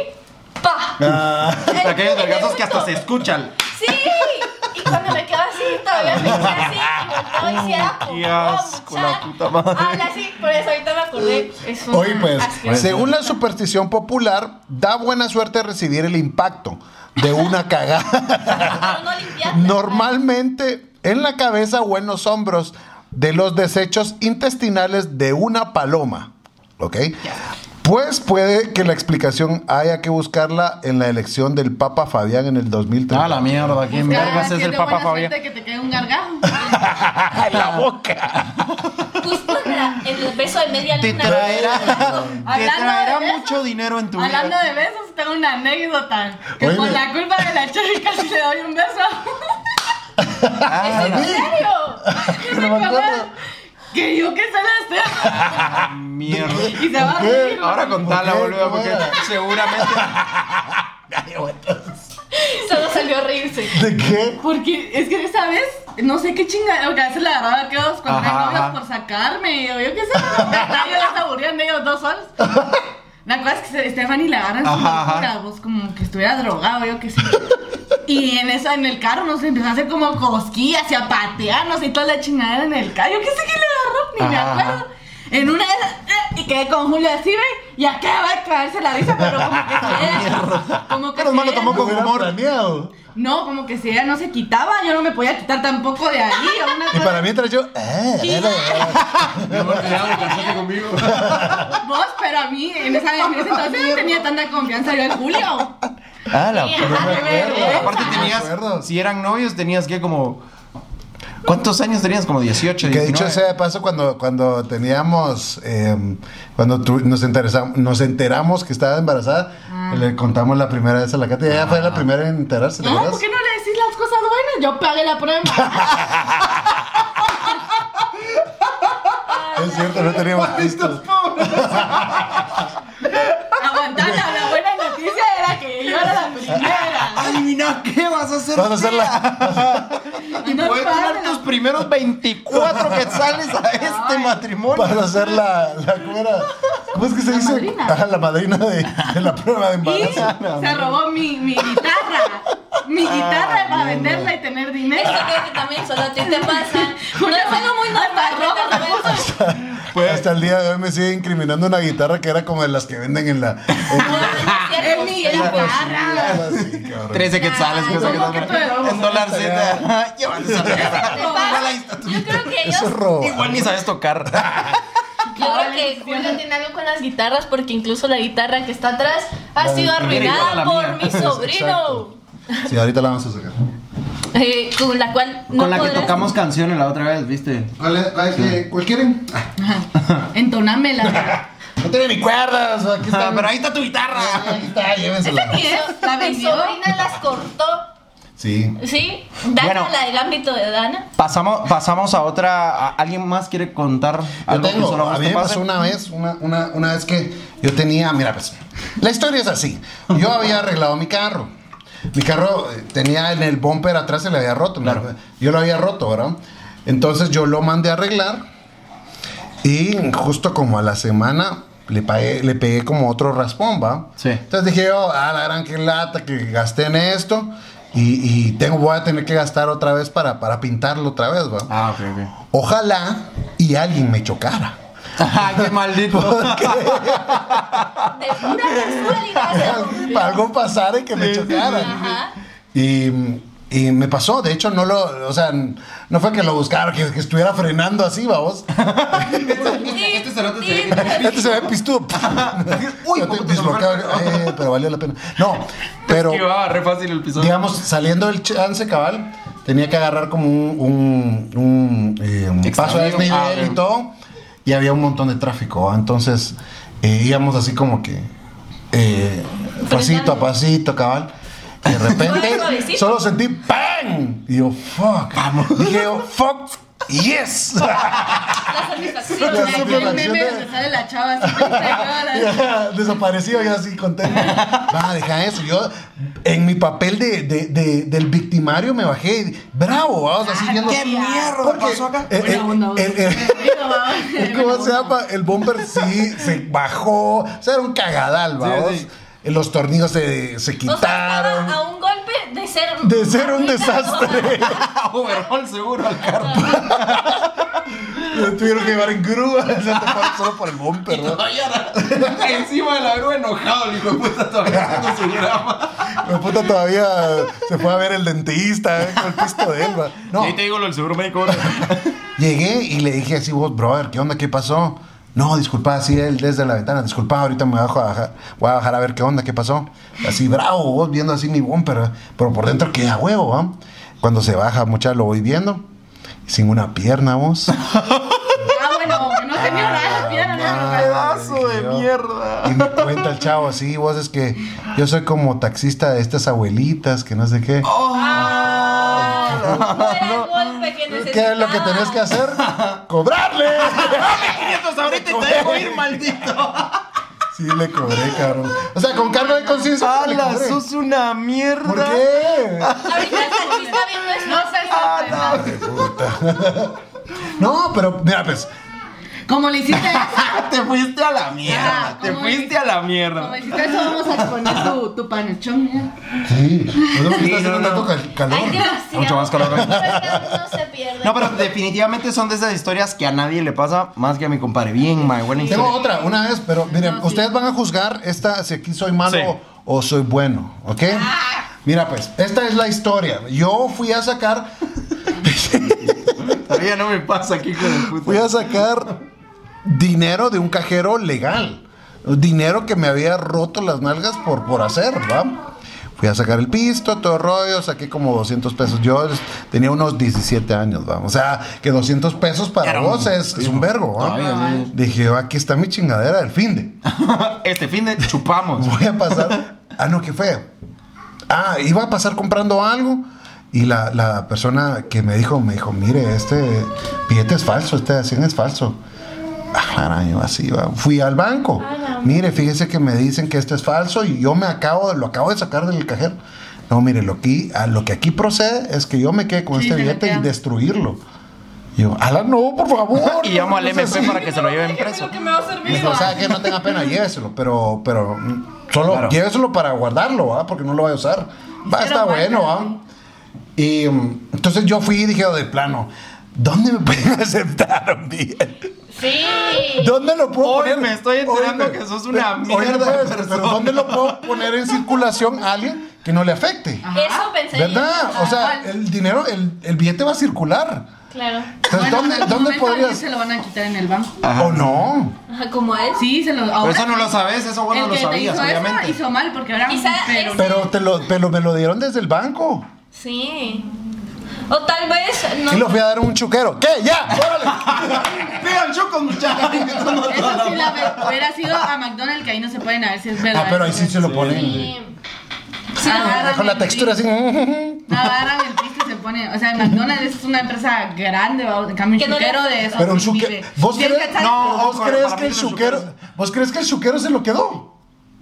[SPEAKER 1] ¡pa!
[SPEAKER 4] Ah,
[SPEAKER 1] El-
[SPEAKER 3] Aquellos
[SPEAKER 1] el
[SPEAKER 3] vergazos que hasta
[SPEAKER 1] punto.
[SPEAKER 3] se escuchan.
[SPEAKER 1] Sí. Y cuando me quedo así, todavía me hice así y volteo y decía,
[SPEAKER 3] Qué asco, la puta madre.
[SPEAKER 1] Ah, sí, por eso ahorita me acordé. Es una
[SPEAKER 4] Oye, pues,
[SPEAKER 1] aspiración.
[SPEAKER 4] según la superstición popular, da buena suerte recibir el impacto de una cagada.
[SPEAKER 1] Pero no limpiaste.
[SPEAKER 4] Normalmente en la cabeza o en los hombros de los desechos intestinales de una paloma. ¿Ok? Pues puede que la explicación haya que buscarla en la elección del Papa Fabián en el 2003.
[SPEAKER 3] Ah, la mierda, ¿quién vergas es el Papa Fabián?
[SPEAKER 5] Que te quede un gargajo.
[SPEAKER 4] En la boca.
[SPEAKER 1] Justo en la- en el beso de media
[SPEAKER 3] Te
[SPEAKER 1] luna.
[SPEAKER 3] traerá, te
[SPEAKER 5] Hablando
[SPEAKER 3] traerá
[SPEAKER 5] de eso.
[SPEAKER 3] mucho dinero en tu
[SPEAKER 5] Hablando
[SPEAKER 3] vida.
[SPEAKER 5] de besos, tengo una anécdota. Que
[SPEAKER 4] Oye.
[SPEAKER 5] por la culpa de la chica casi le doy un beso.
[SPEAKER 3] Ah,
[SPEAKER 1] ¿Es en serio?
[SPEAKER 5] Y me acuerdo que yo que se la
[SPEAKER 3] Ah, mierda.
[SPEAKER 5] estoy. Y se va a
[SPEAKER 4] ¿Qué?
[SPEAKER 5] reír.
[SPEAKER 3] Ahora contala,
[SPEAKER 4] Ok,
[SPEAKER 3] boludo, porque
[SPEAKER 4] bueno.
[SPEAKER 3] seguramente.
[SPEAKER 1] Solo salió a reírse.
[SPEAKER 4] ¿De qué?
[SPEAKER 5] Porque es que esa vez, no sé qué chinga, o que a veces le agarraba a aquellos cuando
[SPEAKER 3] Ajá,
[SPEAKER 5] eran novios
[SPEAKER 3] ajá.
[SPEAKER 5] por sacarme. Y yo, yo qué sé, yo las aburrían de ellos dos solos. La cosa es que Stephanie le agarran su
[SPEAKER 3] Ajá, ajá.
[SPEAKER 5] locura, vos como que estuviera drogado, yo qué sé. Y en eso, en el carro, no sé, empezó a hacer como cosquillas y a patear, no sé, y toda la chingadera en el carro. Yo qué sé qué le agarró, ni
[SPEAKER 3] Ajá,
[SPEAKER 5] me
[SPEAKER 3] ajá.
[SPEAKER 5] acuerdo. En una de esas, eh, y quedé con Julio así, ve, y acaba de caerse la risa, pero como que se era- como que eh.
[SPEAKER 3] Menos
[SPEAKER 5] se
[SPEAKER 3] mal lo
[SPEAKER 5] era-
[SPEAKER 3] tomó con
[SPEAKER 4] Hubiera
[SPEAKER 3] humor.
[SPEAKER 4] planeado.
[SPEAKER 5] no, como que si ella no se quitaba, yo no me podía quitar tampoco de ahí. o una
[SPEAKER 4] Y
[SPEAKER 5] cosa-
[SPEAKER 4] para mientras yo. eh,
[SPEAKER 5] Sí.
[SPEAKER 4] era-
[SPEAKER 5] Vos, pero a mí, en, esa, en ese entonces no tenía tanta confianza yo en Julio.
[SPEAKER 3] Ah, la
[SPEAKER 1] Sí,
[SPEAKER 3] puta.
[SPEAKER 1] ajá,
[SPEAKER 4] me
[SPEAKER 1] qué
[SPEAKER 4] acuerdo.
[SPEAKER 1] vergüenza.
[SPEAKER 3] Aparte
[SPEAKER 4] Me acuerdo.
[SPEAKER 3] tenías, si eran novios, tenías que como... ¿Cuántos años tenías? Como 18,
[SPEAKER 4] Que
[SPEAKER 3] 19.
[SPEAKER 4] dicho sea de paso, cuando, cuando teníamos, eh, cuando tu- nos, enteresa- nos enteramos que estaba embarazada, le contamos la primera vez a la Katy. Ella fue la primera en enterarse, ¿te
[SPEAKER 5] No,
[SPEAKER 4] acuerdas?
[SPEAKER 5] ¿por qué no le decís las cosas buenas? Yo pagué la prueba.
[SPEAKER 4] Es cierto, no teníamos listos.
[SPEAKER 5] Aguantala, la buena noticia era que yo era la primera.
[SPEAKER 3] Adivina qué vas a hacer.
[SPEAKER 4] Vas a hacer la-
[SPEAKER 5] Y no
[SPEAKER 3] Puedes
[SPEAKER 5] pagué
[SPEAKER 3] ganar
[SPEAKER 5] la-
[SPEAKER 3] tus primeros 24 que sales a este matrimonio.
[SPEAKER 4] vas a hacer la, la- ¿cómo era? ¿Cómo es que se dice?
[SPEAKER 5] madrina.
[SPEAKER 4] Ah, la madrina de, de la prueba de
[SPEAKER 5] Y
[SPEAKER 4] embarazo.
[SPEAKER 5] se robó mi, mi guitarra. Mi guitarra para venderla y tener dinero.
[SPEAKER 1] Eso creo que también solo a ti te pasa. No es algo muy normal. que te pase.
[SPEAKER 4] pues, Hasta el día de hoy me sigue incriminando una guitarra que era como de las que venden en la.
[SPEAKER 1] Es
[SPEAKER 5] Es mi
[SPEAKER 1] cierto, sí,
[SPEAKER 5] guitarra.
[SPEAKER 4] Sí, cabrón.
[SPEAKER 3] 13 quetzales,
[SPEAKER 1] Ay,
[SPEAKER 3] cosa que
[SPEAKER 5] ¿cómo que te
[SPEAKER 3] tal.
[SPEAKER 5] robas?
[SPEAKER 3] Un dólar Z. Llévate esa mierda.
[SPEAKER 1] te
[SPEAKER 3] Igual
[SPEAKER 1] pasa.
[SPEAKER 3] ahí está tu-
[SPEAKER 1] Yo creo que ellos.
[SPEAKER 4] Eso es robo.
[SPEAKER 3] Igual ni sabes tocar.
[SPEAKER 1] Yo creo que Julio tiene algo con las guitarras porque incluso la guitarra que está atrás ha
[SPEAKER 4] La
[SPEAKER 1] sido
[SPEAKER 4] de-
[SPEAKER 3] igual a la
[SPEAKER 1] arruinada por
[SPEAKER 3] mía.
[SPEAKER 1] mi sobrino.
[SPEAKER 4] Exacto. Sí, ahorita la vamos a sacar.
[SPEAKER 1] Eh, con la cual no
[SPEAKER 3] Con la que
[SPEAKER 1] podrás-
[SPEAKER 3] tocamos canciones la otra vez, ¿viste?
[SPEAKER 4] ¿Cuál, es- cuál, es que- cuál quieren?
[SPEAKER 5] Entonámela.
[SPEAKER 4] No tiene ni cuerdas. Aquí está.
[SPEAKER 3] Ah, pero ahí está tu guitarra.
[SPEAKER 4] Aquí está, llévensela.
[SPEAKER 1] Mi so-
[SPEAKER 5] ¿La
[SPEAKER 1] mi
[SPEAKER 5] vendió?
[SPEAKER 1] sobrina las cortó.
[SPEAKER 4] Sí.
[SPEAKER 1] ¿Sí? Dana,
[SPEAKER 3] Bueno.
[SPEAKER 1] la del ámbito de Dana.
[SPEAKER 3] Pasamos, pasamos a otra. a- ¿Alguien más quiere contar
[SPEAKER 4] Yo
[SPEAKER 3] algo que
[SPEAKER 4] tengo,
[SPEAKER 3] solo a
[SPEAKER 4] a
[SPEAKER 3] vos
[SPEAKER 4] mí
[SPEAKER 3] te
[SPEAKER 4] me
[SPEAKER 3] pase?
[SPEAKER 4] pasó una vez, una, una, una vez que yo tenía, mira, pues, la historia es así. Yo había arreglado mi carro. Mi carro eh, tenía en el bumper atrás, se le había roto. me-
[SPEAKER 3] Claro.
[SPEAKER 4] Yo lo había roto, ¿verdad? Entonces yo lo mandé a arreglar y justo como a la semana le, pagué- le pegué como otro raspón, ¿va?
[SPEAKER 3] Sí.
[SPEAKER 4] Entonces dije yo, ah, la gran que lata que gasté en esto y, y tengo, voy a tener que gastar otra vez para, para pintarlo otra vez, ¿va?
[SPEAKER 3] Ah, ok, ok.
[SPEAKER 4] Ojalá y alguien me chocara.
[SPEAKER 3] Ah, qué maldito.
[SPEAKER 1] De pura casualidad. se rompió.
[SPEAKER 4] Algo pasara y que me chocara.
[SPEAKER 1] Ajá.
[SPEAKER 4] Y, y me pasó, de hecho, no lo, o sea, no fue que lo buscara, que, que estuviera frenando así, vamos.
[SPEAKER 1] Este cerote se
[SPEAKER 4] Este se ve pistudo.
[SPEAKER 3] Uy,
[SPEAKER 4] Ya te
[SPEAKER 3] puta,
[SPEAKER 4] dislocaba,
[SPEAKER 3] se
[SPEAKER 4] eh, pero valió la pena. No, pero
[SPEAKER 3] Esquivaba re fácil el piso.
[SPEAKER 4] digamos, saliendo del chance cabal, tenía que agarrar como un, un, un, eh, un
[SPEAKER 3] Extra.
[SPEAKER 4] paso a desnivel
[SPEAKER 3] Ah, ok.
[SPEAKER 4] y todo. Y había un montón de tráfico. ¿va? Entonces eh, íbamos así como que eh, pasito a pasito, cabal. Y de repente
[SPEAKER 1] Suavecito.
[SPEAKER 4] solo sentí ¡Pam! Y yo, fuck. Dije yo, fuck, yes.
[SPEAKER 1] La
[SPEAKER 4] La
[SPEAKER 1] satisfacción.
[SPEAKER 5] Con
[SPEAKER 1] ¿eh?
[SPEAKER 5] aquel
[SPEAKER 4] superacción
[SPEAKER 5] meme
[SPEAKER 4] de-
[SPEAKER 5] donde sale la chava así. triste, ¿no? La-
[SPEAKER 4] Desaparecido yo así contento. Va, deja eso. Yo en mi papel de, de- de- del victimario me bajé. y- Bravo, vamos así viendo.
[SPEAKER 5] qué mierda
[SPEAKER 4] pasó acá? El, el-
[SPEAKER 5] Buena onda,
[SPEAKER 4] el- el- el- eh, ¿Cómo se llama? El bumper sí se bajó. O sea, era un cagadal, vamos.
[SPEAKER 3] sí.
[SPEAKER 4] Los tornillos se, se
[SPEAKER 1] O sea,
[SPEAKER 4] quitaron.
[SPEAKER 1] estaba a un golpe de ser.
[SPEAKER 4] De ser un desastre.
[SPEAKER 3] Overhaul Ah, seguro al carro.
[SPEAKER 4] Lo tuvieron que llevar en grúa. se taparon Solo por el bumper, ¿no?
[SPEAKER 3] Todavía era- encima de la grúa enojado, el hijo de puta todavía haciendo su drama.
[SPEAKER 4] La puta todavía se fue a ver el dentista eh, con el pisto de Elba. No,
[SPEAKER 3] Y ahí te digo lo del seguro médico. ahora.
[SPEAKER 4] llegué y le dije así, vos, brother, ¿qué onda? ¿Qué pasó? No, disculpa, así él desde la ventana, disculpa, ahorita me bajo a bajar, voy a bajar a ver qué onda, qué pasó. Así bravo, vos viendo así mi bumper, pero por dentro que a huevo, ¿va? Cuando se baja, mucha lo voy viendo, sin una pierna, vos.
[SPEAKER 5] Ah, bueno, que no tenía nada de piedra,
[SPEAKER 4] Ah,
[SPEAKER 5] nada.
[SPEAKER 3] pedazo de
[SPEAKER 4] Dije yo.
[SPEAKER 3] mierda.
[SPEAKER 4] Y me cuenta el chavo así, vos es que yo soy como taxista de estas abuelitas, que no sé qué.
[SPEAKER 1] Ah.
[SPEAKER 3] Ah.
[SPEAKER 1] Fue el golpe que
[SPEAKER 4] ¿Qué es lo que
[SPEAKER 1] necesitaba.
[SPEAKER 4] tenés que hacer? ¡Cobrarle!
[SPEAKER 3] Entonces ahorita y te dejo ir, maldito.
[SPEAKER 4] Sí, le cobré, cabrón. O sea, con cargo de conciencia. pero le
[SPEAKER 3] ¡Hala!
[SPEAKER 4] cobré.
[SPEAKER 3] ¡Sos una mierda!
[SPEAKER 4] ¿Por qué?
[SPEAKER 1] Ahorita el taxista viendo esto.
[SPEAKER 5] No sé,
[SPEAKER 4] Ah,
[SPEAKER 5] sorprenda.
[SPEAKER 4] No, pero mira, pues.
[SPEAKER 5] Como le hiciste eso,
[SPEAKER 3] Te fuiste a
[SPEAKER 5] Ah,
[SPEAKER 3] la
[SPEAKER 5] mierda, te fuiste
[SPEAKER 3] a la
[SPEAKER 5] como
[SPEAKER 3] mierda.
[SPEAKER 5] le hiciste eso, vamos a exponer tu, tu panochón, mira.
[SPEAKER 4] Sí, no sé por qué está
[SPEAKER 3] Sí, no,
[SPEAKER 4] haciendo
[SPEAKER 3] no.
[SPEAKER 4] tanto cal- calor.
[SPEAKER 1] Ay, gracias.
[SPEAKER 3] Mucho más calor.
[SPEAKER 1] No se pierde.
[SPEAKER 3] No, pero definitivamente son de esas historias que a nadie le pasa más que a mi compadre. Bien, mae, buena
[SPEAKER 4] Tengo
[SPEAKER 3] historia.
[SPEAKER 4] otra, una vez, pero miren, ustedes van a juzgar esta si aquí soy malo
[SPEAKER 3] Sí.
[SPEAKER 4] o soy bueno, ¿ok? Mira, pues, esta es la historia. Yo fui a sacar,
[SPEAKER 3] Todavía no me pasa aquí con el puto.
[SPEAKER 4] fui a sacar dinero de un cajero legal. Dinero que me había roto las nalgas por, por hacer, ¿va? Fui a sacar el pisto, todo rollo, saqué como 200 pesos. Yo es- tenía unos 17 años, ¿va? O sea, que 200 pesos para
[SPEAKER 3] Era un-
[SPEAKER 4] vos es, es un vergo, ¿va?
[SPEAKER 3] Todavía, sí.
[SPEAKER 4] Dije, "Oh, aquí está mi chingadera del fin de.
[SPEAKER 5] Ah.
[SPEAKER 3] Este fin de chupamos.
[SPEAKER 4] Voy a pasar. Ah, no, qué fue. Ah, iba a pasar comprando algo. Y la, la persona que me dijo, me dijo, mire, este billete es falso, este de 100 es falso. Ah, caray, yo así va. Fui al banco.
[SPEAKER 5] Ah,
[SPEAKER 4] Mire, fíjese que me dicen que este es falso y yo me acabo, de- lo acabo de sacar del cajero. No, mire, lo que, a lo que aquí procede es que yo me quede con
[SPEAKER 5] Sí,
[SPEAKER 4] este
[SPEAKER 5] se lo
[SPEAKER 4] billete y
[SPEAKER 5] queda.
[SPEAKER 4] destruirlo. Y yo, ala, no, por favor.
[SPEAKER 3] Y llamo al
[SPEAKER 4] no seas
[SPEAKER 3] MP
[SPEAKER 4] así".
[SPEAKER 3] para que se lo lleven preso.
[SPEAKER 5] Lo que me va a servir.
[SPEAKER 4] O sea, que no tenga pena, lléveselo, pero, pero mm, solo
[SPEAKER 3] Claro.
[SPEAKER 4] lléveselo para guardarlo, ¿va? Porque no lo vaya a usar. Va,
[SPEAKER 5] Pero
[SPEAKER 4] está bueno, ¿va?
[SPEAKER 5] guárdalo.
[SPEAKER 4] Y mm, entonces yo fui y dije de plano, ¿dónde me pueden aceptar un billete?
[SPEAKER 1] Sí.
[SPEAKER 4] ¿Dónde lo puedo
[SPEAKER 3] Hoy
[SPEAKER 4] poner?
[SPEAKER 3] me estoy enterando
[SPEAKER 4] Oíme,
[SPEAKER 3] que sos una
[SPEAKER 4] oíme,
[SPEAKER 3] mierda de
[SPEAKER 4] pues,
[SPEAKER 3] persona.
[SPEAKER 4] Pero ¿dónde lo puedo poner en circulación a alguien que no le afecte?
[SPEAKER 5] Ah,
[SPEAKER 1] Eso pensé. yo.
[SPEAKER 4] ¿Verdad? O sea, el dinero, el, el billete va a circular.
[SPEAKER 1] Claro.
[SPEAKER 4] Entonces,
[SPEAKER 5] Bueno, en
[SPEAKER 4] ¿dónde,
[SPEAKER 5] algún
[SPEAKER 4] dónde
[SPEAKER 5] momento alguien
[SPEAKER 4] podrías...?
[SPEAKER 5] Se lo van a quitar en el banco.
[SPEAKER 4] ¿O no?
[SPEAKER 1] Ajá, como él.
[SPEAKER 5] Sí, se lo.
[SPEAKER 3] Pero
[SPEAKER 5] ahora
[SPEAKER 3] eso no lo sabes, eso vos no
[SPEAKER 5] el
[SPEAKER 3] lo
[SPEAKER 5] que te
[SPEAKER 3] sabías,
[SPEAKER 5] hizo
[SPEAKER 3] obviamente.
[SPEAKER 5] Eso hizo mal porque ahora.
[SPEAKER 1] Quizá
[SPEAKER 5] pero-
[SPEAKER 1] es-
[SPEAKER 4] Pero, te lo, pero me lo dieron desde el banco.
[SPEAKER 1] Sí. O tal vez. No,
[SPEAKER 4] Sí, lo fui a dar un chuquero. ¿Qué? ¡Ya! ¡Órale!
[SPEAKER 3] Vean, yo con muchachos.
[SPEAKER 5] Eso sí la ve- hubiera sido a McDonald's que ahí no se pueden a ver si es verdad. ah,
[SPEAKER 4] Ah, pero ahí sí se lo ponen.
[SPEAKER 1] Sí.
[SPEAKER 5] Agarran
[SPEAKER 4] Con la
[SPEAKER 5] el
[SPEAKER 4] textura así.
[SPEAKER 5] piso, Agarran el piso y se ponen. O sea, el McDonald's es una empresa grande, va, en cambio,
[SPEAKER 1] Que
[SPEAKER 5] un
[SPEAKER 1] no le-
[SPEAKER 5] chuquero de eso.
[SPEAKER 4] Pero un chuquero. ¿Vos crees,
[SPEAKER 3] No,
[SPEAKER 4] ¿vos
[SPEAKER 3] ojo,
[SPEAKER 4] crees
[SPEAKER 3] para
[SPEAKER 4] que
[SPEAKER 3] mí
[SPEAKER 4] el
[SPEAKER 3] los
[SPEAKER 4] chuquero.
[SPEAKER 3] chuqueros-
[SPEAKER 4] ¿Vos crees que el chuquero se lo quedó?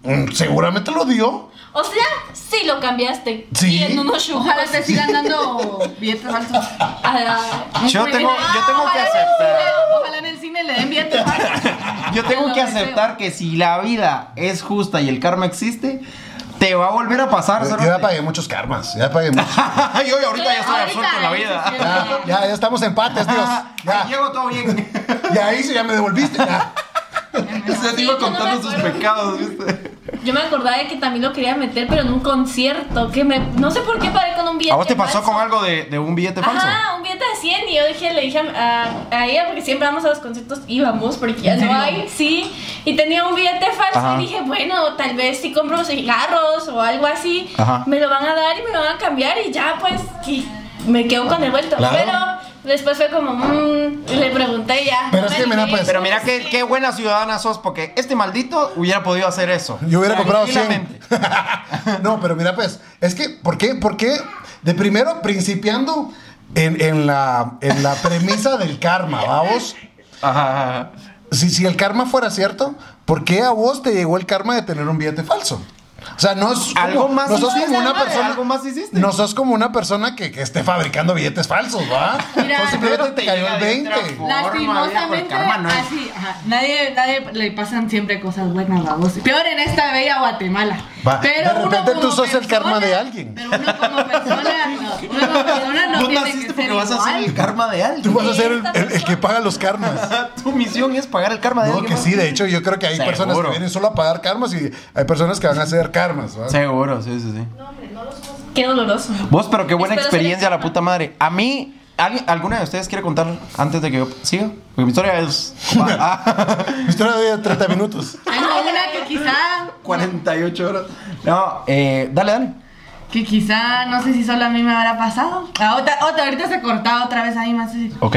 [SPEAKER 4] Mm, Seguramente lo dio.
[SPEAKER 1] O sea, sí lo cambiaste.
[SPEAKER 4] Sí.
[SPEAKER 1] Y en unos chucos.
[SPEAKER 5] Ojalá te sigan dando billetes falsos.
[SPEAKER 1] Ah,
[SPEAKER 3] Yo tengo, yo tengo que
[SPEAKER 5] Ojalá en el
[SPEAKER 3] aceptar.
[SPEAKER 5] cine- Ojalá en el cine le den billetes falsos.
[SPEAKER 3] Yo tengo
[SPEAKER 5] Lo
[SPEAKER 3] que
[SPEAKER 5] deseo.
[SPEAKER 3] aceptar que si la vida es justa y el karma existe, te va a volver a pasar.
[SPEAKER 4] Yo
[SPEAKER 3] solo
[SPEAKER 4] Eh, ya
[SPEAKER 3] te-
[SPEAKER 4] pagué muchos karmas. Ya pagué muchos. Ya,
[SPEAKER 3] Yo ahorita ya estoy
[SPEAKER 5] Ahorita,
[SPEAKER 3] absorto en la
[SPEAKER 5] eso sí es
[SPEAKER 3] vida.
[SPEAKER 4] ya, ya estamos empates, Dios.
[SPEAKER 3] Ya.
[SPEAKER 4] Ya,
[SPEAKER 3] Ah, Llego todo bien.
[SPEAKER 4] ya hice, ya me devolviste. ya.
[SPEAKER 3] Se te
[SPEAKER 1] Sí,
[SPEAKER 3] iba
[SPEAKER 1] yo no me
[SPEAKER 3] contando sus
[SPEAKER 1] acuerdo.
[SPEAKER 3] pecados, ¿viste?
[SPEAKER 1] yo me acordaba de que también lo quería meter, pero en un concierto. Que me. No sé por qué paré con un billete.
[SPEAKER 3] ¿A vos te pasó
[SPEAKER 1] falso.
[SPEAKER 3] con algo de, de un billete falso?
[SPEAKER 1] Ajá, un billete de 100 y yo dije, le dije a, a- a ella, porque siempre vamos a los conciertos, íbamos, porque ya
[SPEAKER 5] ¿En
[SPEAKER 1] no
[SPEAKER 5] serio?
[SPEAKER 1] hay, sí, y tenía un billete falso
[SPEAKER 3] Ajá.
[SPEAKER 1] y dije, bueno, tal vez si compro cigarros o algo así,
[SPEAKER 3] Ajá.
[SPEAKER 1] me lo van a dar y me lo van a cambiar y ya pues que me quedo con el vuelto.
[SPEAKER 4] Claro.
[SPEAKER 1] Pero después fue como, mm, le pregunté ya.
[SPEAKER 4] Pero
[SPEAKER 1] no
[SPEAKER 4] es
[SPEAKER 1] me
[SPEAKER 4] que mira,
[SPEAKER 1] animé.
[SPEAKER 4] pues,
[SPEAKER 3] Pero mira qué, qué buena ciudadana sos, porque este maldito hubiera podido hacer eso.
[SPEAKER 4] Yo hubiera comprado 100.
[SPEAKER 3] Tranquilamente.
[SPEAKER 4] no, pero mira, pues, es que, ¿por qué? ¿Por qué? De primero, principiando en, en la, en la premisa del karma, vamos.
[SPEAKER 3] Ajá, ajá.
[SPEAKER 4] Si, si el karma fuera cierto, ¿por qué a vos te llegó el karma de tener un billete falso? O sea, no es como,
[SPEAKER 3] Algo más
[SPEAKER 4] no sos
[SPEAKER 3] hiciste,
[SPEAKER 4] como una
[SPEAKER 3] madre,
[SPEAKER 4] persona,
[SPEAKER 3] algo más hiciste.
[SPEAKER 4] no sos como una persona que, que esté fabricando billetes falsos, ¿va?
[SPEAKER 5] Mira,
[SPEAKER 4] Entonces simplemente
[SPEAKER 3] pero
[SPEAKER 4] te
[SPEAKER 3] te
[SPEAKER 4] cayó el
[SPEAKER 3] llega de
[SPEAKER 4] 20.
[SPEAKER 3] otra forma,
[SPEAKER 5] Lastimosamente,
[SPEAKER 3] mira, por karma no es.
[SPEAKER 5] así, ajá, nadie, nadie le pasan siempre cosas buenas, vamos. Peor en esta bella Guatemala.
[SPEAKER 4] Va, de
[SPEAKER 5] uno
[SPEAKER 4] repente
[SPEAKER 5] como
[SPEAKER 4] tú sos el karma de alguien.
[SPEAKER 5] Pero uno como persona, no, uno como persona no
[SPEAKER 3] Vos
[SPEAKER 5] tiene que
[SPEAKER 3] naciste porque
[SPEAKER 5] ser
[SPEAKER 3] vas a ser el
[SPEAKER 5] igual.
[SPEAKER 3] karma de
[SPEAKER 4] Tú
[SPEAKER 3] alguien.
[SPEAKER 4] vas a ser el,
[SPEAKER 1] Esta
[SPEAKER 4] el- el que
[SPEAKER 1] persona.
[SPEAKER 4] paga los karmas.
[SPEAKER 3] Tu misión es pagar el karma de
[SPEAKER 4] No,
[SPEAKER 3] alguien.
[SPEAKER 4] que
[SPEAKER 3] más.
[SPEAKER 4] sí, de hecho yo creo que hay personas que
[SPEAKER 3] Seguro.
[SPEAKER 4] vienen solo a pagar karmas y hay personas que van a hacer karmas, ¿va?
[SPEAKER 3] Seguro, sí, sí, sí.
[SPEAKER 1] Qué doloroso.
[SPEAKER 3] Vos, pero qué buena
[SPEAKER 1] Espero ser
[SPEAKER 3] experiencia, la
[SPEAKER 1] experta.
[SPEAKER 3] puta madre. A mí, ¿alguien- ¿alguna de ustedes quiere contar antes de que yo siga? Porque mi historia es. Ah,
[SPEAKER 4] Mi historia de 30 minutos.
[SPEAKER 5] Tengo una que quizá,
[SPEAKER 3] 48 horas. No, eh, dale, dale.
[SPEAKER 5] que quizá, no sé si solo a mí me habrá pasado. Ah, otra, otra, ahorita se cortaba otra vez ahí más. así.
[SPEAKER 3] Ok.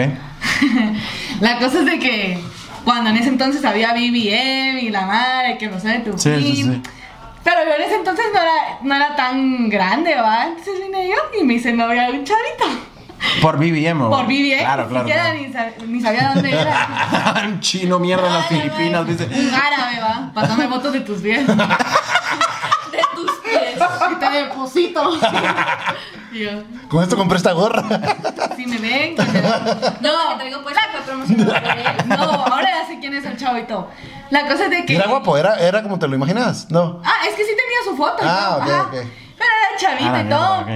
[SPEAKER 5] La cosa es de que cuando en ese entonces había BBM y la madre, que no sé, tu
[SPEAKER 3] Sí, sí,
[SPEAKER 5] fin.
[SPEAKER 3] sí.
[SPEAKER 5] Pero yo en ese entonces no era, no era tan grande, ¿va? Entonces vine yo y me hice novia de un chavito.
[SPEAKER 3] Por BBM, ¿o?
[SPEAKER 5] Por BBM,
[SPEAKER 3] Oh, Claro, claro.
[SPEAKER 5] ni siquiera
[SPEAKER 3] claro.
[SPEAKER 5] Ni, sab- ni sabía dónde era.
[SPEAKER 3] Un chino mierda en las
[SPEAKER 1] Ay,
[SPEAKER 3] Filipinas, dice.
[SPEAKER 5] Un árabe, va. Pásame fotos de tus pies.
[SPEAKER 1] De tus pies.
[SPEAKER 5] Y te deposito. Y yo,
[SPEAKER 4] Con esto compré esta gorra.
[SPEAKER 5] si me ven. que me ven.
[SPEAKER 1] No, que
[SPEAKER 5] No,
[SPEAKER 1] traigo pues fue promocionado por él.
[SPEAKER 5] no, ahora ya sé quién es el chavito. La cosa es de que.
[SPEAKER 4] Era guapo, era, era como te lo imaginabas. No.
[SPEAKER 5] Ah, es que sí tenía su foto. y
[SPEAKER 4] Ah,
[SPEAKER 5] todo,
[SPEAKER 4] ok,
[SPEAKER 5] ajá.
[SPEAKER 4] ok.
[SPEAKER 5] Pero era
[SPEAKER 3] Ah,
[SPEAKER 5] chavito
[SPEAKER 3] la
[SPEAKER 5] y
[SPEAKER 3] mierda,
[SPEAKER 5] todo.
[SPEAKER 3] ok.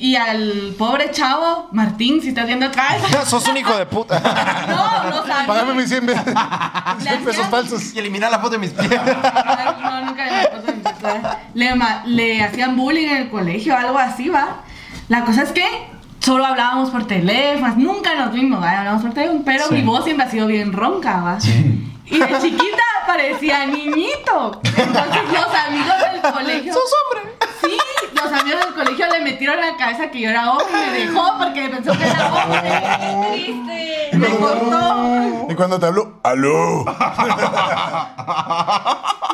[SPEAKER 5] Y al pobre chavo, Martín, si estás viendo acá.
[SPEAKER 4] Sos un hijo de puta.
[SPEAKER 5] No, no sabía.
[SPEAKER 4] Págame mis 100 veces.
[SPEAKER 5] Las
[SPEAKER 4] 100 pesos
[SPEAKER 5] ganas.
[SPEAKER 4] falsos.
[SPEAKER 3] Y elimina la foto de mis pies.
[SPEAKER 5] No, nunca le puse en contra. le, ma- le hacían bullying en el colegio, algo así, ¿va? La cosa es que solo hablábamos por teléfono, nunca nos vimos, ¿va? Hablábamos por teléfono, pero
[SPEAKER 3] Sí.
[SPEAKER 5] mi voz siempre ha sido bien ronca, ¿va? Y de chiquita parecía niñito. Entonces los amigos del colegio... ¡Sos hombre! Sí, los amigos del colegio le metieron en la cabeza que yo era hombre, me dejó porque pensó que era hombre.
[SPEAKER 1] Qué triste.
[SPEAKER 5] Me cortó.
[SPEAKER 4] Y cuando te habló, aló.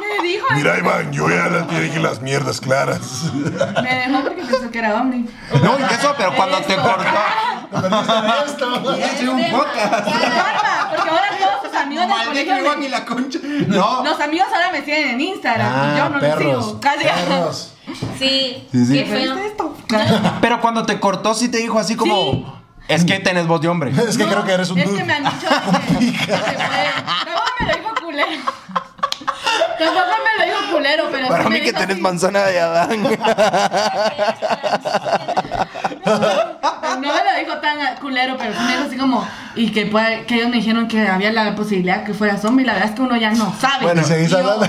[SPEAKER 5] Me dijo,
[SPEAKER 4] Mira, Iván, yo ya las dije las mierdas claras.
[SPEAKER 5] me dejó porque pensó que era hombre.
[SPEAKER 3] No, y eso, pero cuando te cortó.
[SPEAKER 4] Ah,
[SPEAKER 1] un
[SPEAKER 5] Karma, porque ahora todos sus amigos del colegio me-
[SPEAKER 3] ni la concha. No.
[SPEAKER 5] Los amigos ahora me siguen en Instagram y yo no los sigo. Casi.
[SPEAKER 4] Ah, perros.
[SPEAKER 1] Sí,
[SPEAKER 3] Sí, sí.
[SPEAKER 1] qué feo.
[SPEAKER 5] ¿Viste esto?
[SPEAKER 3] Pero cuando te cortó, sí te dijo así como.
[SPEAKER 5] Sí.
[SPEAKER 3] Es que tenés voz de hombre.
[SPEAKER 4] Es que
[SPEAKER 5] No,
[SPEAKER 4] creo que eres un
[SPEAKER 5] Es que me
[SPEAKER 4] dude.
[SPEAKER 5] han dicho que, que se puede. Tampoco me lo dijo culero. Tampoco me lo dijo culero, pero sí me dijo así.
[SPEAKER 3] manzana de Adán.
[SPEAKER 5] No me lo dijo tan culero, pero sí me dijo así como. Y que, puede- que ellos me dijeron que había la posibilidad que fuera zombie. La verdad es que uno ya no sabe.
[SPEAKER 4] Bueno, y seguís
[SPEAKER 5] yo-
[SPEAKER 4] hablando.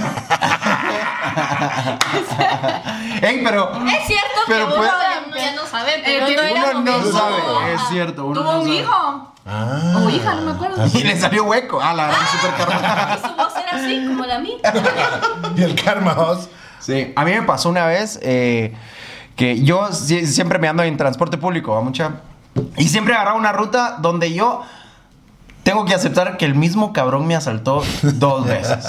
[SPEAKER 3] Ey, pero.
[SPEAKER 1] Es cierto
[SPEAKER 3] Pero
[SPEAKER 1] que uno
[SPEAKER 3] puede-
[SPEAKER 1] ya, ya no sabe, pero
[SPEAKER 5] El que
[SPEAKER 1] no era
[SPEAKER 3] Eh, Uno no
[SPEAKER 1] momento.
[SPEAKER 3] sabe. Es cierto, uno
[SPEAKER 5] Tuvo
[SPEAKER 3] no
[SPEAKER 5] un
[SPEAKER 3] sabe.
[SPEAKER 5] hijo.
[SPEAKER 4] Ah.
[SPEAKER 5] O hija, no me acuerdo.
[SPEAKER 3] Y le salió hueco. Ah, la gran supercarga.
[SPEAKER 1] Y su voz era así, como la mía.
[SPEAKER 4] Y el karma, vos.
[SPEAKER 3] Sí, a mí me pasó una vez eh, que yo si- siempre me ando en transporte público, a mucha. Y siempre agarraba una ruta donde yo tengo que aceptar que el mismo cabrón me asaltó dos veces.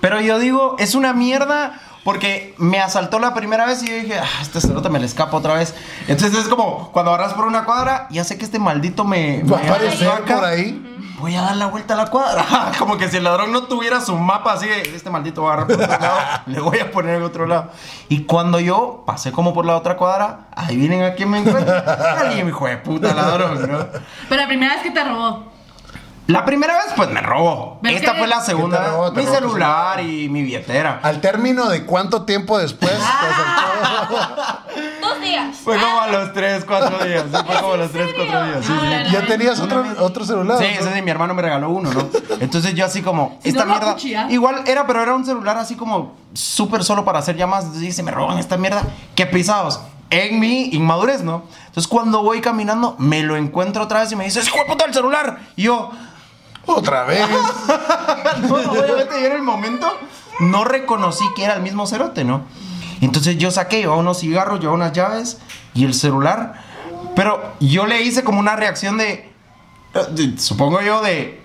[SPEAKER 3] Pero yo digo, es una mierda porque me asaltó la primera vez y yo dije, ah, este cerote me le escapa otra vez. Entonces es como cuando agarras por una cuadra, ya sé que este maldito me.
[SPEAKER 4] Va a
[SPEAKER 3] me
[SPEAKER 4] aparecer
[SPEAKER 3] ataca.
[SPEAKER 4] por ahí.
[SPEAKER 3] Voy a dar la vuelta a la cuadra. Como que si el ladrón no tuviera su mapa así de este maldito va a agarrar por otro lado, le voy a poner en otro lado. Y cuando yo pasé como por la otra cuadra, ahí vienen a quién me encuentro. Alguien, hijo de puta ladrón, ¿no?
[SPEAKER 5] Pero la primera vez que te robó.
[SPEAKER 3] La primera vez, pues me robó.
[SPEAKER 5] ¿Ves
[SPEAKER 3] Esta
[SPEAKER 5] que-
[SPEAKER 3] fue la
[SPEAKER 4] te
[SPEAKER 3] segunda.
[SPEAKER 4] robó? Te
[SPEAKER 3] mi
[SPEAKER 4] robó tu Ah.
[SPEAKER 3] celular y mi billetera.
[SPEAKER 4] Al término de cuánto tiempo después. pues, te
[SPEAKER 5] Ah,
[SPEAKER 4] acercó.
[SPEAKER 1] Dos días. Ah,
[SPEAKER 3] Fue como a los 3, 4 días. Sí, fue como a los 3, 4 días. Sí, sí.
[SPEAKER 4] ya tenías otro, otro celular.
[SPEAKER 3] Sí,
[SPEAKER 4] ¿no?
[SPEAKER 3] ese de mi hermano me regaló uno, ¿no? Entonces yo así como,
[SPEAKER 5] Si
[SPEAKER 3] esta
[SPEAKER 5] no lo
[SPEAKER 3] mierda.
[SPEAKER 5] acuchillas.
[SPEAKER 3] Igual era, pero era un celular así como súper solo para hacer llamadas. Entonces dije, se me roban esta mierda. Qué pisados. En mi inmadurez, ¿no? Entonces cuando voy caminando, me lo encuentro otra vez y me dice, ¡Es puta el celular! Y yo,
[SPEAKER 4] Otra vez.
[SPEAKER 3] no, no, obviamente yo en el momento no reconocí que era el mismo cerote, ¿no? Entonces yo saqué, llevaba unos cigarros, llevaba unas llaves y el celular. Pero yo le hice como una reacción de, de- supongo yo, de,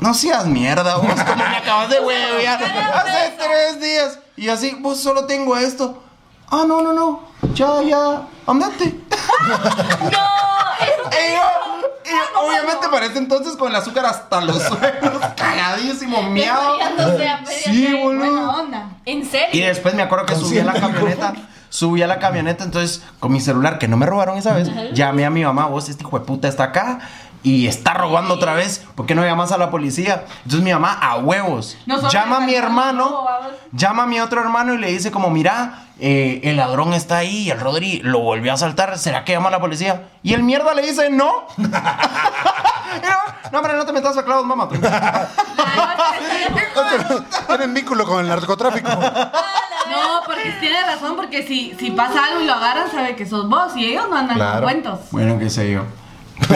[SPEAKER 3] no seas mierda, vos, como me acabas de huevear hace tres días. Y así, vos solo tengo esto. Ah, no, no, no, ya, ya, andate.
[SPEAKER 1] No, eso
[SPEAKER 3] Y yo, y yo, obviamente para ese entonces con el azúcar hasta los suelos, cagadísimo, miado.
[SPEAKER 1] Desmayándose a media
[SPEAKER 3] Sí,
[SPEAKER 1] calle.
[SPEAKER 3] boludo.
[SPEAKER 5] Buena onda.
[SPEAKER 1] ¿En
[SPEAKER 3] Y
[SPEAKER 1] serio?
[SPEAKER 3] después me acuerdo que subí a la camioneta. Subí a la camioneta, entonces con mi celular, que no me robaron esa vez, llamé a mi mamá, vos, este hijo de puta está acá y está robando otra vez, ¿por qué no llamas a la policía? Entonces mi mamá, a huevos,
[SPEAKER 5] Nosotros
[SPEAKER 3] llama a mi
[SPEAKER 5] sacamos
[SPEAKER 3] hermano,
[SPEAKER 5] todo, vamos.
[SPEAKER 3] llama a mi otro hermano y le dice como, mira, eh, el ladrón está ahí, el Rodri lo volvió a saltar, ¿será que llama a la policía? Y el mierda le dice, no. Y no, no, pero no te metas a clavos, mamá.
[SPEAKER 4] Tienen vínculo con el narcotráfico.
[SPEAKER 5] No, porque tiene razón, porque si, si pasa algo y lo agarran, sabe que sos vos y ellos no andan
[SPEAKER 4] Claro.
[SPEAKER 5] con cuentos.
[SPEAKER 3] Bueno, qué sé yo.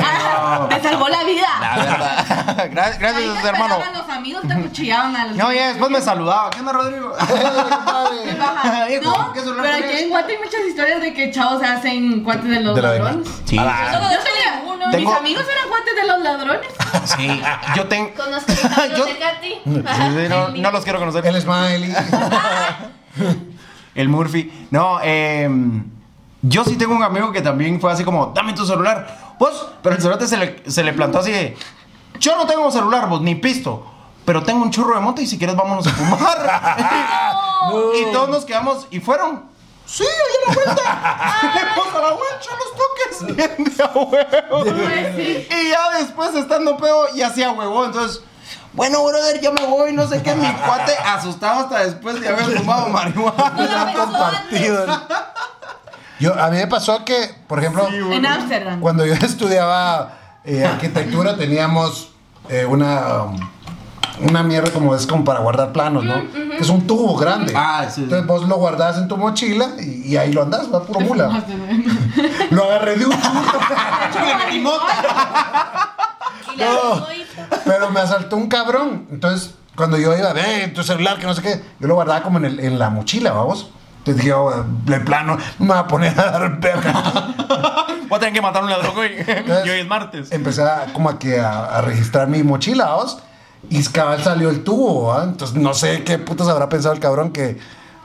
[SPEAKER 5] Ah, Te salvó la vida.
[SPEAKER 3] La verdad. Gra-
[SPEAKER 5] Ahí te
[SPEAKER 3] Gracias,
[SPEAKER 5] esperaban
[SPEAKER 3] hermano.
[SPEAKER 5] los amigos te acuchillaban a los
[SPEAKER 3] No, ya después me saludaba. ¿Qué onda, Rodrigo?
[SPEAKER 5] Qué paja.
[SPEAKER 3] Viejo,
[SPEAKER 5] No,
[SPEAKER 3] ¿qué celular
[SPEAKER 5] pero
[SPEAKER 3] tenés?
[SPEAKER 5] aquí en Guate hay muchas historias de que chavos se hacen cuates de los
[SPEAKER 4] De la
[SPEAKER 5] ladrones.
[SPEAKER 4] demás.
[SPEAKER 3] Sí,
[SPEAKER 1] Yo no
[SPEAKER 5] Yo
[SPEAKER 1] conozco
[SPEAKER 5] tenía-
[SPEAKER 1] ninguno.
[SPEAKER 3] Tengo-
[SPEAKER 5] Mis amigos eran cuates de los ladrones.
[SPEAKER 3] sí. Yo tengo.
[SPEAKER 1] Conozco el cabello
[SPEAKER 3] Yo-
[SPEAKER 1] de Katy.
[SPEAKER 3] no, no los quiero conocer.
[SPEAKER 4] El smiley.
[SPEAKER 3] El Murphy. No, eh, yo sí tengo un amigo que también fue así como, dame tu celular. Vos, pero el celular se le, se le plantó así de, yo no tengo celular, vos, ni pisto. Pero tengo un churro de moto y si quieres vámonos a fumar. Y todos nos quedamos y fueron. Sí, ahí a la vuelta. Fuimos a la vuelta, los toques. Bien de a huevo.
[SPEAKER 5] pues,
[SPEAKER 3] Y ya después estando pedo y hacía huevo, entonces. Bueno, brother, yo me voy, no sé qué, mi cuate asustado hasta después de haber fumado marihuana.
[SPEAKER 1] No la pensó antes.
[SPEAKER 4] Compartido. Yo, a mí me pasó que, por ejemplo,
[SPEAKER 5] En Ámsterdam.
[SPEAKER 4] Cuando yo estudiaba eh, arquitectura teníamos eh, una um, una mierda como es como para guardar planos, ¿no? Que es un tubo grande.
[SPEAKER 3] Ah, sí.
[SPEAKER 4] Entonces vos lo guardás en tu mochila y, y ahí lo andás, va puro mula. lo agarré de un churro,
[SPEAKER 1] Y la
[SPEAKER 4] No.
[SPEAKER 1] dejó y-
[SPEAKER 4] pero me asaltó un cabrón. Entonces cuando yo iba, ve tu celular, que no sé qué, yo lo guardaba como en, el- en la mochila, vamos. Entonces dije, oh, de plano, me voy a poner a dar verga.
[SPEAKER 3] Voy a tener que matar a un ladrón hoy.
[SPEAKER 4] Entonces,
[SPEAKER 3] Y hoy es martes.
[SPEAKER 4] Empecé a, como a que a, a registrar mi mochila, ¿os? Y cabal salió el tubo, ¿ah? Entonces no sé qué putas habrá pensado el cabrón que